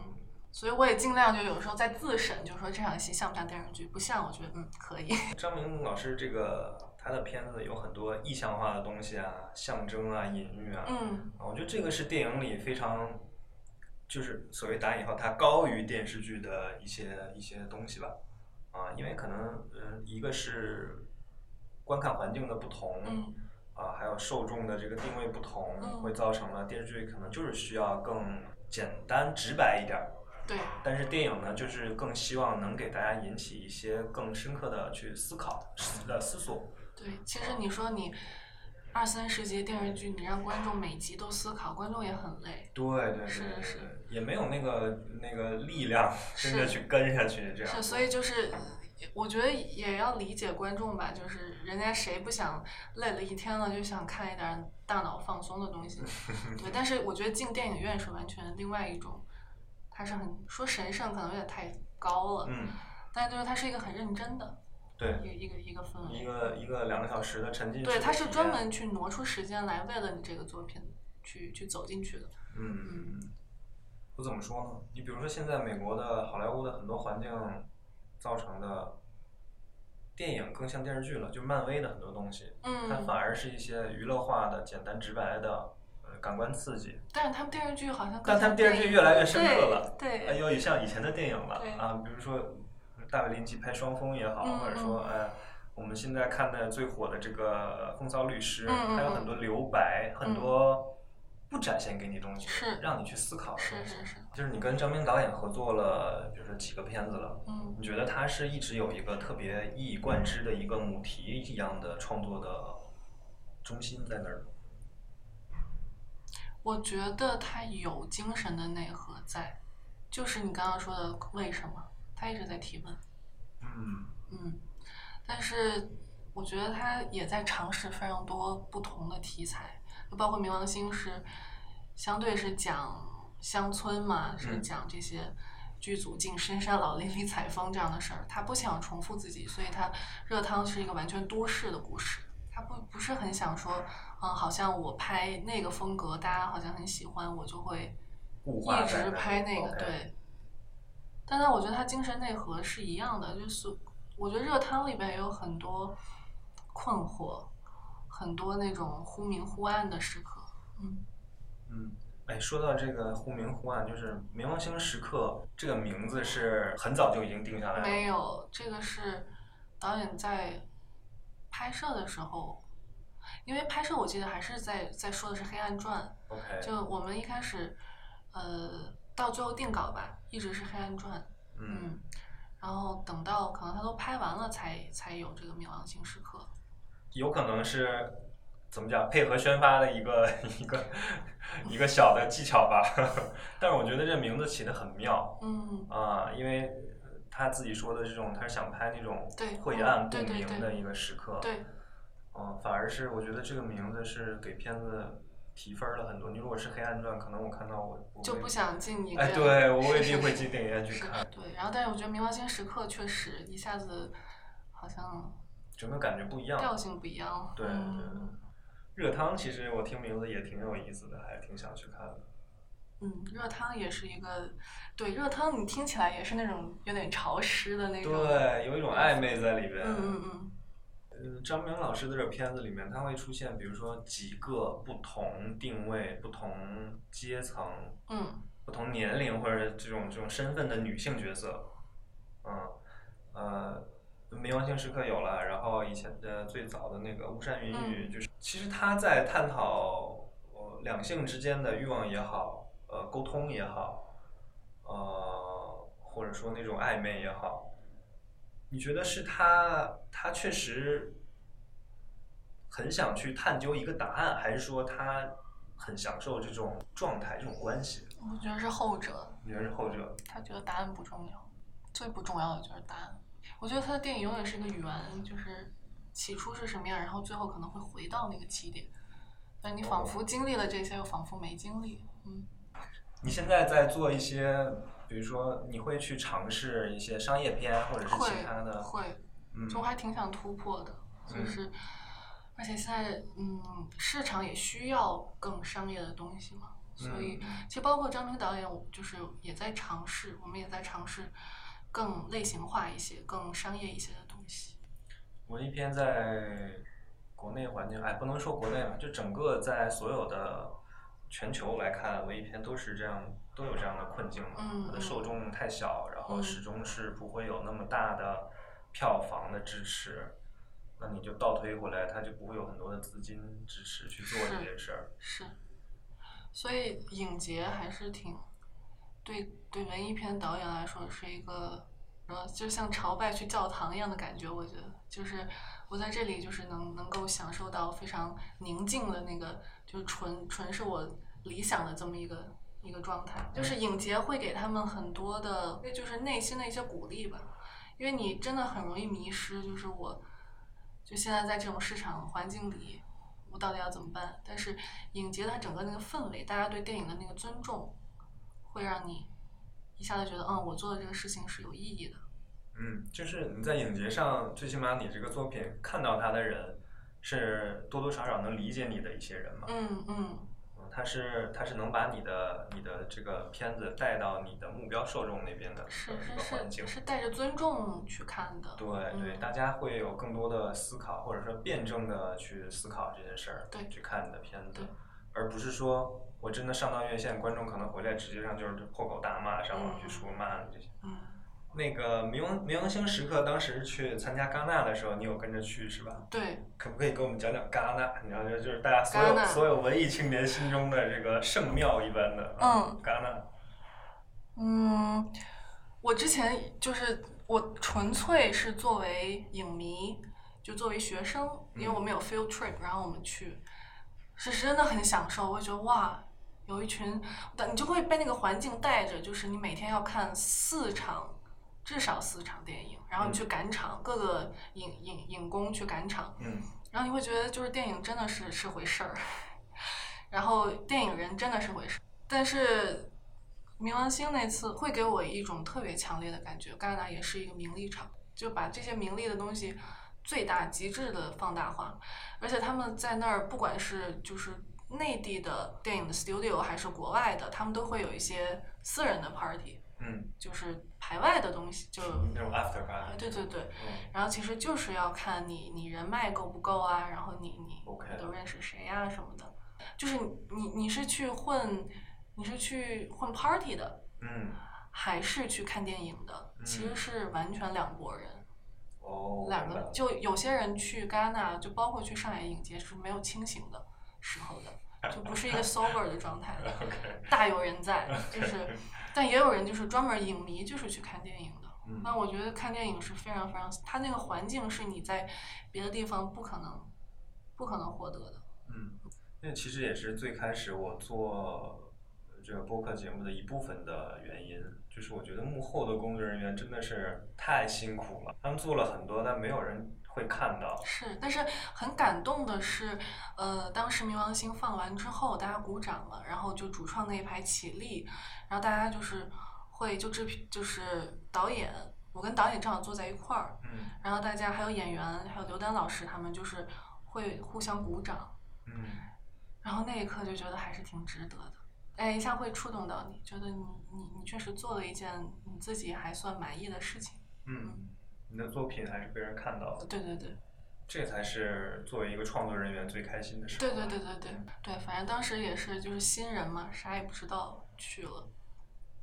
Speaker 5: 所以我也尽量就有时候在自审，就说这场戏像不像电视剧，不像，我觉得嗯可以。
Speaker 4: 嗯，张明老师这个他的片子有很多意象化的东西啊，象征啊，隐喻啊，
Speaker 5: 嗯，
Speaker 4: 啊我觉得这个是电影里非常，就是所谓打引号，它高于电视剧的一些一些东西吧，啊，因为可能嗯，一个是观看环境的不同，
Speaker 5: 嗯
Speaker 4: 啊，还有受众的这个定位不同，
Speaker 5: 嗯
Speaker 4: 会造成了电视剧可能就是需要更简单直白一点儿。
Speaker 5: 对，
Speaker 4: 但是电影呢，就是更希望能给大家引起一些更深刻的去思考、呃思索。
Speaker 5: 对，其实你说你二三十集电视剧，你让观众每集都思考，观众也很累。
Speaker 4: 对对对
Speaker 5: 是
Speaker 4: 对
Speaker 5: 是
Speaker 4: 对，也没有那个那个力量
Speaker 5: 是
Speaker 4: 真的去跟下去这样。
Speaker 5: 是，所以就是我觉得也要理解观众吧，就是人家谁不想累了一天了，就想看一点大脑放松的东 西。对，但是我觉得进电影院是完全另外一种，它是很说神圣可能有点太高了，
Speaker 4: 嗯，
Speaker 5: 但就是它是一个很认真的
Speaker 4: 对，
Speaker 5: 一个一个一个氛
Speaker 4: 一
Speaker 5: 围。
Speaker 4: 个一个两个小时的沉浸式的体验。
Speaker 5: 对，它是专门去挪出时间来为了你这个作品去去走进去的。
Speaker 4: 嗯，我怎么说呢？你比如说现在美国的好莱坞的很多环境造成的电影更像电视剧了，就漫威的很多东西，它
Speaker 5: 嗯
Speaker 4: 反而是一些娱乐化的、简单直白的，呃，感官刺激。
Speaker 5: 但是他们电视剧好像更
Speaker 4: 但他们
Speaker 5: 像
Speaker 4: 电视剧
Speaker 5: 影
Speaker 4: 越来越深刻了，
Speaker 5: 对，
Speaker 4: 哎
Speaker 5: 对
Speaker 4: 有像以前的电影了
Speaker 5: 对
Speaker 4: 啊，比如说大卫林奇拍《双峰》也好，
Speaker 5: 嗯
Speaker 4: 或者说呃我们现在看的最火的这个《风骚律师》
Speaker 5: 嗯嗯
Speaker 4: 还有
Speaker 5: 嗯
Speaker 4: 很多留白，很多不展现给你东西，
Speaker 5: 是
Speaker 4: 让你去思考的
Speaker 5: 是
Speaker 4: 东西。
Speaker 5: 是是，
Speaker 4: 就是你跟张斌导演合作了，比如说几个片子了，
Speaker 5: 嗯
Speaker 4: 你觉得他是一直有一个特别一以贯之的一个母题一样的创作的中心在那儿吗？
Speaker 5: 我觉得他有精神的内核在，就是你刚刚说的为什么，他一直在提问，
Speaker 4: 嗯
Speaker 5: 嗯，但是我觉得他也在尝试非常多不同的题材，就包括《冥王星》是相对是讲乡村嘛，是
Speaker 4: 嗯
Speaker 5: 讲这些剧组进深山老林里采风这样的事儿。他不想重复自己，所以他热汤是一个完全都市的故事。他不不是很想说，嗯，好像我拍那个风格，大家好像很喜欢，我就会
Speaker 4: 固化
Speaker 5: 一
Speaker 4: 在
Speaker 5: 直
Speaker 4: 那儿
Speaker 5: 拍那个
Speaker 4: OK
Speaker 5: 对。但是我觉得他精神内核是一样的，就是我觉得《热汤》里边也有很多困惑，很多那种忽明忽暗的时刻。嗯
Speaker 4: 嗯，哎，说到这个忽明忽暗，就是《冥王星时刻》这个名字是很早就已经定下来了。
Speaker 5: 没有，这个是导演在拍摄的时候，因为拍摄我记得还是在在说的是《黑暗传
Speaker 4: OK，》，
Speaker 5: 就我们一开始呃到最后定稿吧，一直是《黑暗传》。
Speaker 4: 嗯，
Speaker 5: 嗯，然后等到可能他都拍完了才才有这个冥王星时刻。
Speaker 4: 有可能是怎么讲配合宣发的一个 一个一个小的技巧吧。 但是我觉得这名字起的很妙
Speaker 5: 嗯，
Speaker 4: 啊，因为他自己说的这种，他是想拍那种
Speaker 5: 对嗯
Speaker 4: 晦暗不
Speaker 5: 对对
Speaker 4: 明
Speaker 5: 对
Speaker 4: 的一个时刻。
Speaker 5: 对，
Speaker 4: 嗯，反而是我觉得这个名字是给片子提分儿了很多。你如果是《黑暗传》，可能我看到我我
Speaker 5: 就
Speaker 4: 会
Speaker 5: 不想进影院。
Speaker 4: 哎，对我
Speaker 5: 是
Speaker 4: 未
Speaker 5: 是
Speaker 4: 必会
Speaker 5: 是
Speaker 4: 进电影院去
Speaker 5: 是
Speaker 4: 看。
Speaker 5: 对，然后但是我觉得冥王星时刻确实一下子好像
Speaker 4: 整个感觉不一样。
Speaker 5: 调性不一样了。
Speaker 4: 对对对
Speaker 5: 嗯，
Speaker 4: 热汤其实我听名字也挺有意思的，还挺想去看的。
Speaker 5: 嗯，热汤也是一个，对，热汤你听起来也是那种有点潮湿的那种。
Speaker 4: 对，有一种暧昧在里边。
Speaker 5: 嗯嗯嗯，
Speaker 4: 嗯，张明老师的这片子里面，它会出现，比如说几个不同定位、不同阶层、
Speaker 5: 嗯
Speaker 4: 不同年龄或者这种这种身份的女性角色。嗯，呃，冥王星时刻有了，然后以前的最早的那个巫山云雨，就是其实他在探讨呃两性之间的欲望也好，呃沟通也好，呃或者说那种暧昧也好，你觉得是他他确实很想去探究一个答案，还是说他很享受这种状态、这种关系？
Speaker 5: 嗯我觉得是后者，
Speaker 4: 你觉得是后者？
Speaker 5: 他觉得答案不重要，最不重要的就是答案。我觉得他的电影永远是一个圆，就是起初是什么样，然后最后可能会回到那个起点，但你
Speaker 4: 哦
Speaker 5: 仿佛经历了这些，又仿佛没经历。嗯，
Speaker 4: 你现在在做一些，比如说你会去尝试一些商业片，或者是
Speaker 5: 会
Speaker 4: 其他的，
Speaker 5: 会，
Speaker 4: 嗯
Speaker 5: 就我还挺想突破的，就
Speaker 4: 嗯
Speaker 5: 是，而且现在嗯，市场也需要更商业的东西嘛，所以、
Speaker 4: 嗯
Speaker 5: 其实包括张明导演，我就是也在尝试，我们也在尝试更类型化一些、更商业一些的东西。
Speaker 4: 文艺片在国内环境，哎，不能说国内吧，就整个在所有的全球来看，文艺片都是这样，都有这样的困境嘛。
Speaker 5: 嗯
Speaker 4: 它的
Speaker 5: 嗯
Speaker 4: 受众太小，然后
Speaker 5: 嗯
Speaker 4: 始终是不会有那么大的票房的支持，那你就倒推回来，它就不会有很多的资金支持去做这
Speaker 5: 是
Speaker 4: 件事儿。
Speaker 5: 是，所以影节还是挺对对文艺片导演来说是一个，呃，就像朝拜去教堂一样的感觉。我觉得，就是我在这里就是能能够享受到非常宁静的那个，就是纯纯是我理想的这么一个。一个状态，就是影节会给他们很多的，就是内心的一些鼓励吧，因为你真的很容易迷失。就是我，就现在在这种市场环境里，我到底要怎么办？但是影节它整个那个氛围，大家对电影的那个尊重，会让你一下子觉得，嗯，我做的这个事情是有意义的。
Speaker 4: 嗯，就是你在影节上，最起码你这个作品看到它的人，是多多少少能理解你的一些人嘛。
Speaker 5: 嗯嗯，
Speaker 4: 嗯他是他是能把你的你的这个片子带到你的目标受众那边的
Speaker 5: 是
Speaker 4: 一个环
Speaker 5: 是
Speaker 4: 境
Speaker 5: 是，。是带着尊重去看的。
Speaker 4: 对对，
Speaker 5: 嗯
Speaker 4: 大家会有更多的思考，或者说辩证的去思考这件事儿，
Speaker 5: 对
Speaker 4: 去看你的片子
Speaker 5: 对，
Speaker 4: 而不是说我真的上到院线，观众可能回来直接上就是破口大骂，上网去说骂你这些。
Speaker 5: 嗯，
Speaker 4: 那个冥王冥王星时刻当时去参加戛纳的时候，你有跟着去是吧？
Speaker 5: 对，
Speaker 4: 可不可以给我们讲讲戛纳？你知道，就就是大家所有
Speaker 5: 戛纳
Speaker 4: 所有文艺青年心中的这个圣庙一般的，啊
Speaker 5: 嗯，
Speaker 4: 戛纳，
Speaker 5: 嗯，我之前就是我纯粹是作为影迷，就作为学生，因为我们有 field trip，然后我们去，是真的很享受，我就觉得哇。有一群，但你就会被那个环境带着，就是你每天要看四场，至少四场电影，然后你去赶场，各个影影影宫去赶场，
Speaker 4: 嗯，
Speaker 5: 然后你会觉得就是电影真的是是回事儿， 然后电影人真的是回事儿。但是冥王星那次会给我一种特别强烈的感觉，戛纳也是一个名利场，就把这些名利的东西最大极致的放大化，而且他们在那儿不管是就是。内地的电影的 studio 还是国外的，他们都会有一些私人的 party，
Speaker 4: 嗯，
Speaker 5: 就是排外的东西，就
Speaker 4: 那种 after
Speaker 5: 啊
Speaker 4: party，
Speaker 5: 对对对，
Speaker 4: 嗯
Speaker 5: 然后其实就是要看你你人脉够不够啊，然后你你
Speaker 4: OK
Speaker 5: 你都认识谁啊什么的，就是你你你是去混你是去混 party 的，
Speaker 4: 嗯，
Speaker 5: 还是去看电影的，其实
Speaker 4: 嗯
Speaker 5: 是完全两拨人。
Speaker 4: 哦，
Speaker 5: 两
Speaker 4: 明白
Speaker 5: 个
Speaker 4: 了
Speaker 5: 就有些人去戛纳，就包括去上海影节是没有清醒的时候的，就不是一个 sober 的状 态的
Speaker 4: OK
Speaker 5: 大有人在，就是，但也有人就是专门影迷就是去看电影的。
Speaker 4: 嗯
Speaker 5: 那我觉得看电影是非常非常，它那个环境是你在别的地方不可能不可能获得的。
Speaker 4: 嗯，那其实也是最开始我做这个播客节目的一部分的原因，就是我觉得幕后的工作人员真的是太辛苦了，他们做了很多，但没有人会看到。
Speaker 5: 是，但是很感动的是，呃，当时冥王星放完之后，大家鼓掌了，然后就主创那一排起立，然后大家就是会就制片就是导演，我跟导演正好坐在一块儿，
Speaker 4: 嗯
Speaker 5: 然后大家还有演员，还有刘丹老师他们就是会互相鼓掌，
Speaker 4: 嗯，
Speaker 5: 然后那一刻就觉得还是挺值得的。哎，一下会触动到你，觉得你你你确实做了一件你自己还算满意的事情。
Speaker 4: 嗯，你的作品还是被人看到了，
Speaker 5: 对对对。
Speaker 4: 这才是作为一个创作人员最开心的啊事。
Speaker 5: 对对对对对对，反正当时也是就是新人嘛，啥也不知道去了，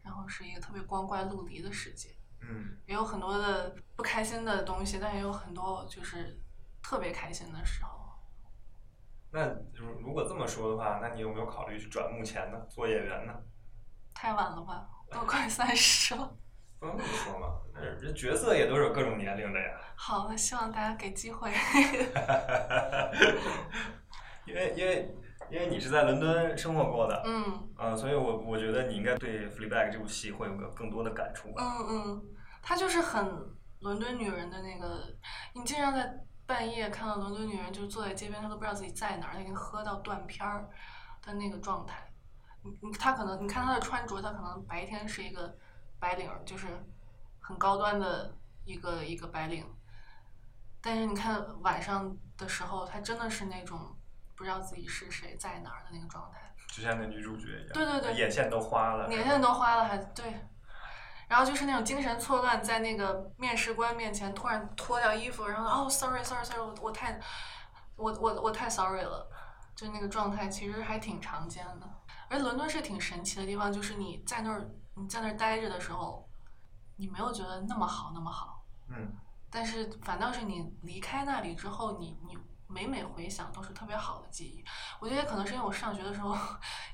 Speaker 5: 然后是一个特别光怪陆离的世界，
Speaker 4: 嗯
Speaker 5: 也有很多的不开心的东西，但也有很多就是特别开心的时候。
Speaker 4: 那如如果这么说的话，那你有没有考虑去转幕前呢，做演员呢？
Speaker 5: 太晚了吧，都快三十了。
Speaker 4: 不能这么说嘛，人人角色也都有各种年龄的呀。
Speaker 5: 好，那希望大家给机会。
Speaker 4: 因为因为因为你是在伦敦生活过的，
Speaker 5: 嗯
Speaker 4: 啊、所以我我觉得你应该对《Fleabag》这部戏会有更多的感触吧。
Speaker 5: 嗯嗯，她就是很伦敦女人的那个，你经常在半夜看到伦敦女人就坐在街边，她都不知道自己在哪儿，她已经喝到断片儿的那个状态。你你她可能你看她的穿着，她可能白天是一个白领儿，就是很高端的一个一个白领，但是你看晚上的时候，她真的是那种不知道自己是谁在哪儿的那个状态。
Speaker 4: 就像那女主角一样，
Speaker 5: 嗯对对对
Speaker 4: 眼线都花了，
Speaker 5: 年限都花了，还对。然后就是那种精神错乱，在那个面试官面前突然脱掉衣服，然后哦，sorry sorry sorry，我我太，我我我太 sorry 了，就那个状态其实还挺常见的。而伦敦是挺神奇的地方，就是你在那儿你在那儿待着的时候，你没有觉得那么好那么好，
Speaker 4: 嗯
Speaker 5: 但是反倒是你离开那里之后，你你每每回想都是特别好的记忆。我觉得可能是因为我上学的时候，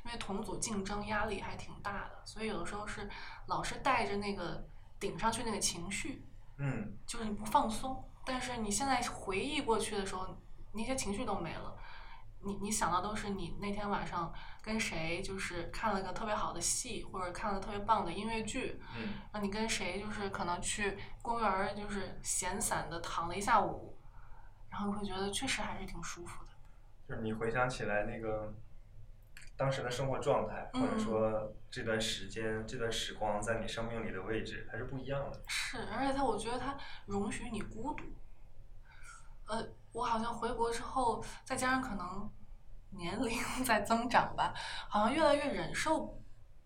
Speaker 5: 因为同组竞争压力还挺大的，所以有的时候是老是带着那个顶上去那个情绪，
Speaker 4: 嗯
Speaker 5: 就是你不放松。但是你现在回忆过去的时候，那些情绪都没了。你你想到都是你那天晚上跟谁就是看了个特别好的戏，或者看了特别棒的音乐剧，
Speaker 4: 嗯
Speaker 5: 那你跟谁就是可能去公园儿，就是闲散的躺了一下午，然后会觉得确实还是挺舒服的。
Speaker 4: 就是你回想起来那个当时的生活状态，
Speaker 5: 嗯
Speaker 4: 或者说这段时间、这段时光在你生命里的位置，还是不一样的。
Speaker 5: 是，而且他我觉得他容许你孤独。呃，我好像回国之后，再加上可能年龄 在增长吧，好像越来越忍受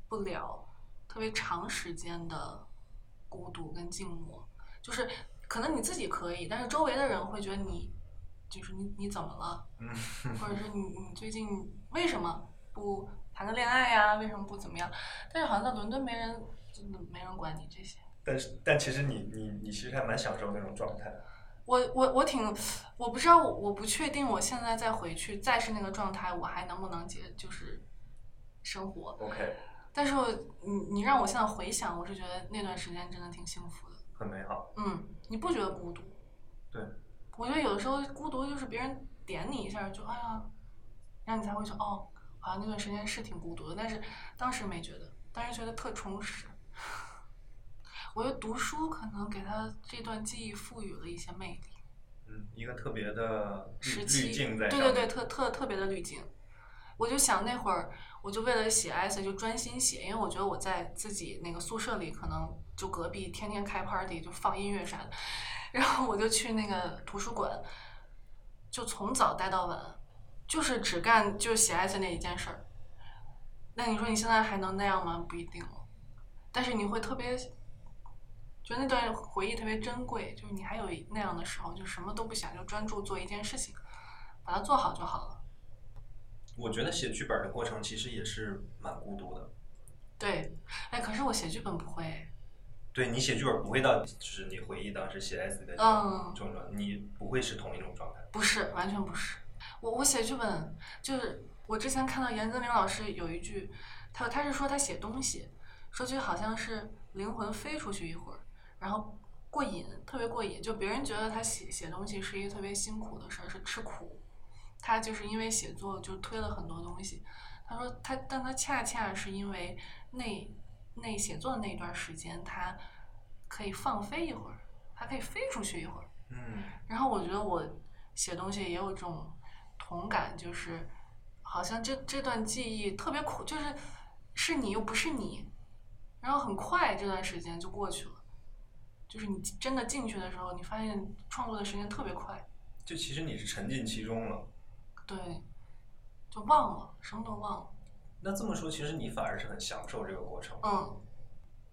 Speaker 5: 不了特别长时间的孤独跟静默。就是可能你自己可以，但是周围的人会觉得你就是你你怎么了？
Speaker 4: 嗯
Speaker 5: 或者是你你最近为什么？不谈个恋爱呀、为什么不怎么样？但是好像在伦敦没人，真的没人管你这些。
Speaker 4: 但是但其实你你你其实还蛮享受那种状态的。
Speaker 5: 我我我挺，我不知道，我不确定，我现在再回去再是那个状态，我还能不能接就是生活？
Speaker 4: OK，
Speaker 5: 但是我你你让我现在回想，我是觉得那段时间真的挺幸福的。
Speaker 4: 很美好。
Speaker 5: 嗯，你不觉得孤独？
Speaker 4: 对，
Speaker 5: 我觉得有的时候孤独就是别人点你一下，就哎呀，让你才会说哦，好像那段时间是挺孤独的，但是当时没觉得，当时觉得特充实。 我觉得读书可能给他这段记忆赋予了一些魅力。
Speaker 4: 嗯，一个特别的滤
Speaker 5: 时期，
Speaker 4: 滤镜在
Speaker 5: 对
Speaker 4: 上面。
Speaker 5: 对对，特特特别的滤镜。我就想那会儿，我就为了写 essay 就专心写，因为我觉得我在自己那个宿舍里，可能就隔壁天天开 party 就放音乐啥的，然后我就去那个图书馆，就从早待到晚，就是只干就写 essay 那一件事儿。那你说你现在还能那样吗？不一定了，但是你会特别。觉得那段回忆特别珍贵，就是你还有那样的时候，就什么都不想，就专注做一件事情。把它做好就好了。
Speaker 4: 我觉得写剧本的过程其实也是蛮孤独的。
Speaker 5: 对，哎，可是我写剧本不会，
Speaker 4: 对你写剧本不会到，就是你回忆当时写 S 的这种
Speaker 5: 嗯
Speaker 4: 这种状态，你不会是同一种状态。
Speaker 5: 不是，完全不是。我我写剧本就是我之前看到严歌苓老师有一句，他他是说他写东西，说就好像是灵魂飞出去一会儿，然后过瘾，特别过瘾。就别人觉得他写写东西是一个特别辛苦的事儿，是吃苦。他就是因为写作就推了很多东西。他说他，但他恰恰是因为那那写作的那一段时间，他可以放飞一会儿，他可以飞出去一会儿。
Speaker 4: 嗯，
Speaker 5: 然后我觉得我写东西也有这种同感，就是好像这这段记忆特别苦，就是是你又不是你，然后很快这段时间就过去了。就是你真的进去的时候，你发现创作的时间特别快，
Speaker 4: 就其实你是沉浸其中了。
Speaker 5: 对，就忘了，什么都忘了。
Speaker 4: 那这么说，其实你反而是很享受这个过程。
Speaker 5: 嗯，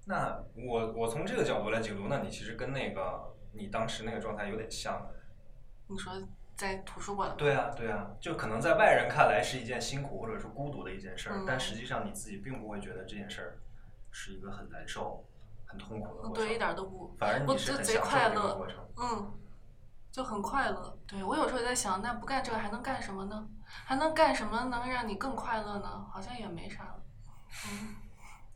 Speaker 4: 那我我从这个角度来解读，那你其实跟那个你当时那个状态有点像的。
Speaker 5: 你说在图书馆，
Speaker 4: 对啊，对啊，就可能在外人看来是一件辛苦或者是孤独的一件事儿，
Speaker 5: 嗯
Speaker 4: 但实际上你自己并不会觉得这件事儿是一个很难受、很痛苦的过程。
Speaker 5: 对，一点儿都不，
Speaker 4: 反而
Speaker 5: 我
Speaker 4: 你是
Speaker 5: 就
Speaker 4: 很
Speaker 5: 贼
Speaker 4: 享受
Speaker 5: 快
Speaker 4: 这个
Speaker 5: 乐
Speaker 4: 过程。
Speaker 5: 嗯，就很快乐。对我有时候也在想，那不干这个还能干什么呢？还能干什么能让你更快乐呢？好像也没啥了。嗯，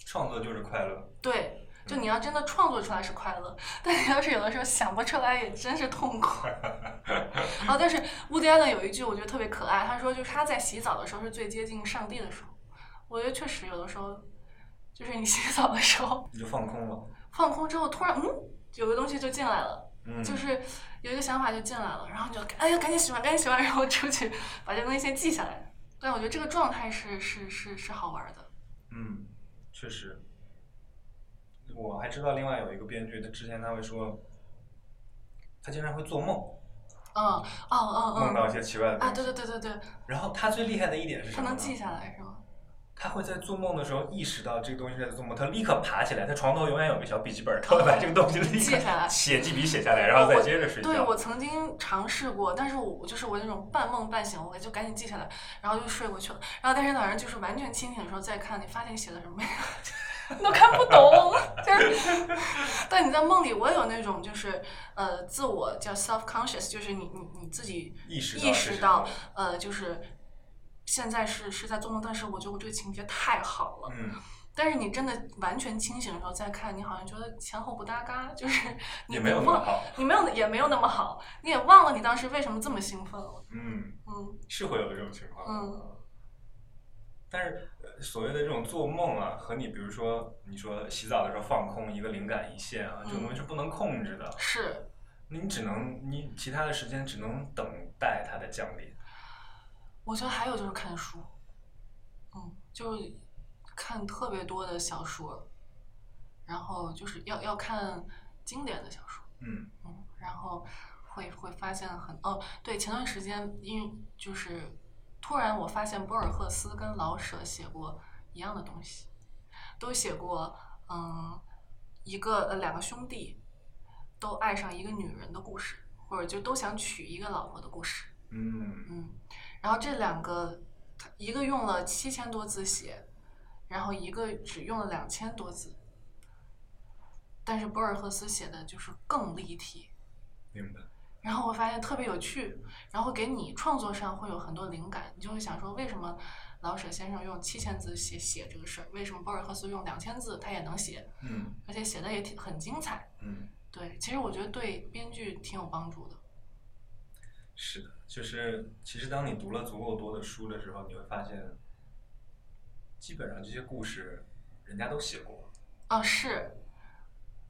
Speaker 4: 创作就是快乐，
Speaker 5: 对，就你要真的创作出来是快乐，但你要是有的时候想不出来，也真是痛苦。啊，但是乌迪安的有一句我觉得特别可爱，他说就是他在洗澡的时候是最接近上帝的时候。我觉得确实有的时候，就是你洗澡的时候
Speaker 4: 你就放空了。
Speaker 5: 放空之后，突然嗯，有个东西就进来了。
Speaker 4: 嗯，
Speaker 5: 就是有一个想法就进来了，然后你就哎呀赶紧洗完，赶紧洗完，然后出去把这东西先记下来。但我觉得这个状态是是是是好玩的。
Speaker 4: 嗯，确实。我还知道另外有一个编剧，他之前他会说，他经常会做梦，
Speaker 5: 嗯，哦
Speaker 4: 梦
Speaker 5: 哦
Speaker 4: 到一些奇怪的
Speaker 5: 哦，
Speaker 4: 东
Speaker 5: 啊
Speaker 4: 西。
Speaker 5: 对对对对对，
Speaker 4: 然后他最厉害的一点是什
Speaker 5: 他
Speaker 4: 么呢？
Speaker 5: 能记下来是吗？
Speaker 4: 他会在做梦的时候意识到这个东西在做梦，他立刻爬起来，他床头永远有个小笔记本，他会把这个东西立
Speaker 5: 记
Speaker 4: 刻
Speaker 5: 下来
Speaker 4: 写记笔写下来，然后再接着睡觉。
Speaker 5: 对我曾经尝试过，但是我就是我那种半梦半醒，我就赶紧记下来，然后就睡过去了。然后但是早上就是完全清醒的时候再看，你发现你写的什么呀， 都看不懂。就是， 但你在梦里，我有那种就是呃自我叫 self conscious，就是你你你自己
Speaker 4: 意识到
Speaker 5: 意识到
Speaker 4: 这是
Speaker 5: 呃就是现在是是在做梦，但是我觉得我这个情节太好了。
Speaker 4: 嗯，
Speaker 5: 但是你真的完全清醒的时候再看，你好像觉得前后不搭嘎，就是 你
Speaker 4: 也没有那
Speaker 5: 忘
Speaker 4: 么好。
Speaker 5: 你没有也没有那么好，你也忘了你当时为什么这么兴奋了。
Speaker 4: 嗯，
Speaker 5: 嗯
Speaker 4: 是会有这种情况。
Speaker 5: 嗯。
Speaker 4: 但是，呃所谓的这种做梦啊，和你比如说你说洗澡的时候放空一个灵感一现
Speaker 5: 嗯
Speaker 4: 啊，这种东西是不能控制的，，
Speaker 5: 是，
Speaker 4: 你只能你其他的时间只能等待它的降临。
Speaker 5: 我觉得还有就是看书，嗯，就是看特别多的小说，然后就是要要看经典的小说，
Speaker 4: 嗯
Speaker 5: 嗯，然后会会发现很哦，对，前段时间因为就是突然我发现博尔赫斯跟老舍写过一样的东西，都写过嗯一个呃两个兄弟都爱上一个女人的故事，或者就都想娶一个老婆的故事，
Speaker 4: 嗯
Speaker 5: 嗯，然后这两个他一个用了七千多字写，然后一个只用了两千多字，但是博尔赫斯写的就是更立体，
Speaker 4: 明白。
Speaker 5: 然后我发现特别有趣，然后给你创作上会有很多灵感，你就会想说，为什么老舍先生用七千字写写这个事儿，为什么博尔赫斯用两千字他也能写，
Speaker 4: 嗯
Speaker 5: 而且写的也挺很精彩。
Speaker 4: 嗯，
Speaker 5: 对，其实我觉得对编剧挺有帮助的。
Speaker 4: 是的，就是其实当你读了足够多的书的时候，你会发现，基本上这些故事人家都写过，
Speaker 5: 啊，是，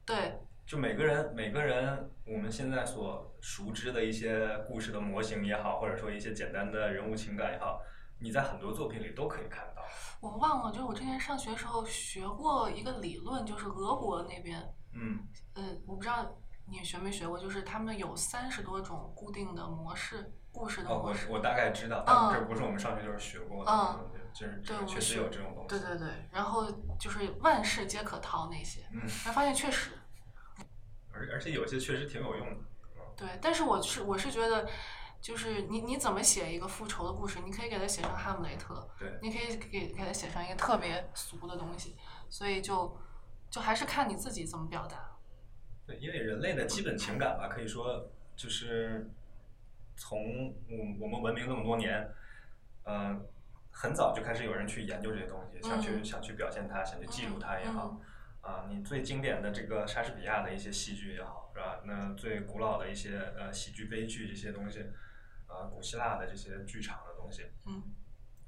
Speaker 5: 对，
Speaker 4: 就每个人每个人我们现在所熟知的一些故事的模型也好，或者说一些简单的人物情感也好，你在很多作品里都可以看到。
Speaker 5: 我忘了，就是我之前上学时候学过一个理论，就是俄国那边，
Speaker 4: 嗯
Speaker 5: 呃，我不知道你学没学过，就是他们有三十多种固定的模式，故事的
Speaker 4: 哦，
Speaker 5: 模式。
Speaker 4: 我我大概知道，但这不是我们上学就是学过的
Speaker 5: 嗯
Speaker 4: 东西，就是
Speaker 5: 对
Speaker 4: 这个
Speaker 5: 我
Speaker 4: 确
Speaker 5: 们
Speaker 4: 实
Speaker 5: 学
Speaker 4: 有这种东西。
Speaker 5: 对对对，然后就是万事皆可逃那些，
Speaker 4: 嗯，
Speaker 5: 然后发现确实
Speaker 4: 而而且有些确实挺有用的。
Speaker 5: 对，但是我是我是觉得，就是你你怎么写一个复仇的故事，你可以给它写成哈姆雷特，
Speaker 4: 对，
Speaker 5: 你可以给给它写成一个特别俗的东西，所以就就还是看你自己怎么表达。
Speaker 4: 对，因为人类的基本情感吧，可以说就是从我我们文明这么多年，呃，很早就开始有人去研究这些东西，想去、
Speaker 5: 嗯
Speaker 4: 想去表现它，想去记录它也好
Speaker 5: 嗯。
Speaker 4: 啊，你最经典的这个莎士比亚的一些戏剧也好，是吧？那最古老的一些呃喜剧、悲剧这些东西，呃，古希腊的这些剧场的东西，
Speaker 5: 嗯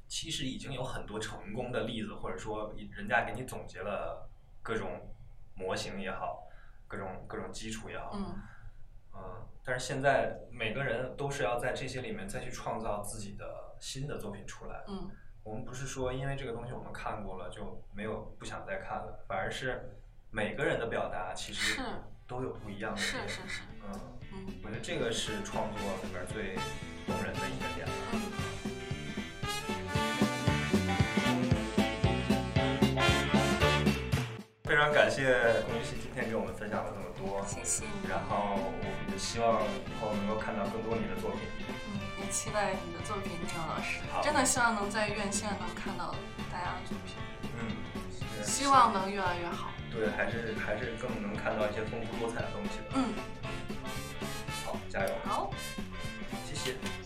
Speaker 4: 其实已经有很多成功的例子，或者说人家给你总结了各种模型也好，各种各种基础也好，
Speaker 5: 嗯
Speaker 4: 嗯但是现在每个人都是要在这些里面再去创造自己的新的作品出来。
Speaker 5: 嗯
Speaker 4: 我们不是说因为这个东西我们看过了就没有不想再看了，反而是每个人的表达其实
Speaker 5: 是
Speaker 4: 都有不一样的地
Speaker 5: 是
Speaker 4: 方。
Speaker 5: 是是，
Speaker 4: 嗯，
Speaker 5: 嗯
Speaker 4: 我觉得这个是创作里面最动人的一个点吧。
Speaker 5: 嗯。
Speaker 4: 非常感谢龚云熙今天给我们分享了这么多，
Speaker 5: 谢谢你，
Speaker 4: 然后我也希望以后能够看到更多你的作品。
Speaker 5: 嗯，也期待你的作品，宁阳老师
Speaker 4: 好。
Speaker 5: 真的希望能在院线能看到大家的作品，
Speaker 4: 嗯，
Speaker 5: 希望能越来越好。
Speaker 4: 对，还是还是更能看到一些丰富多彩的东西的。
Speaker 5: 嗯，
Speaker 4: 好，加油，
Speaker 5: 好。
Speaker 4: 谢谢。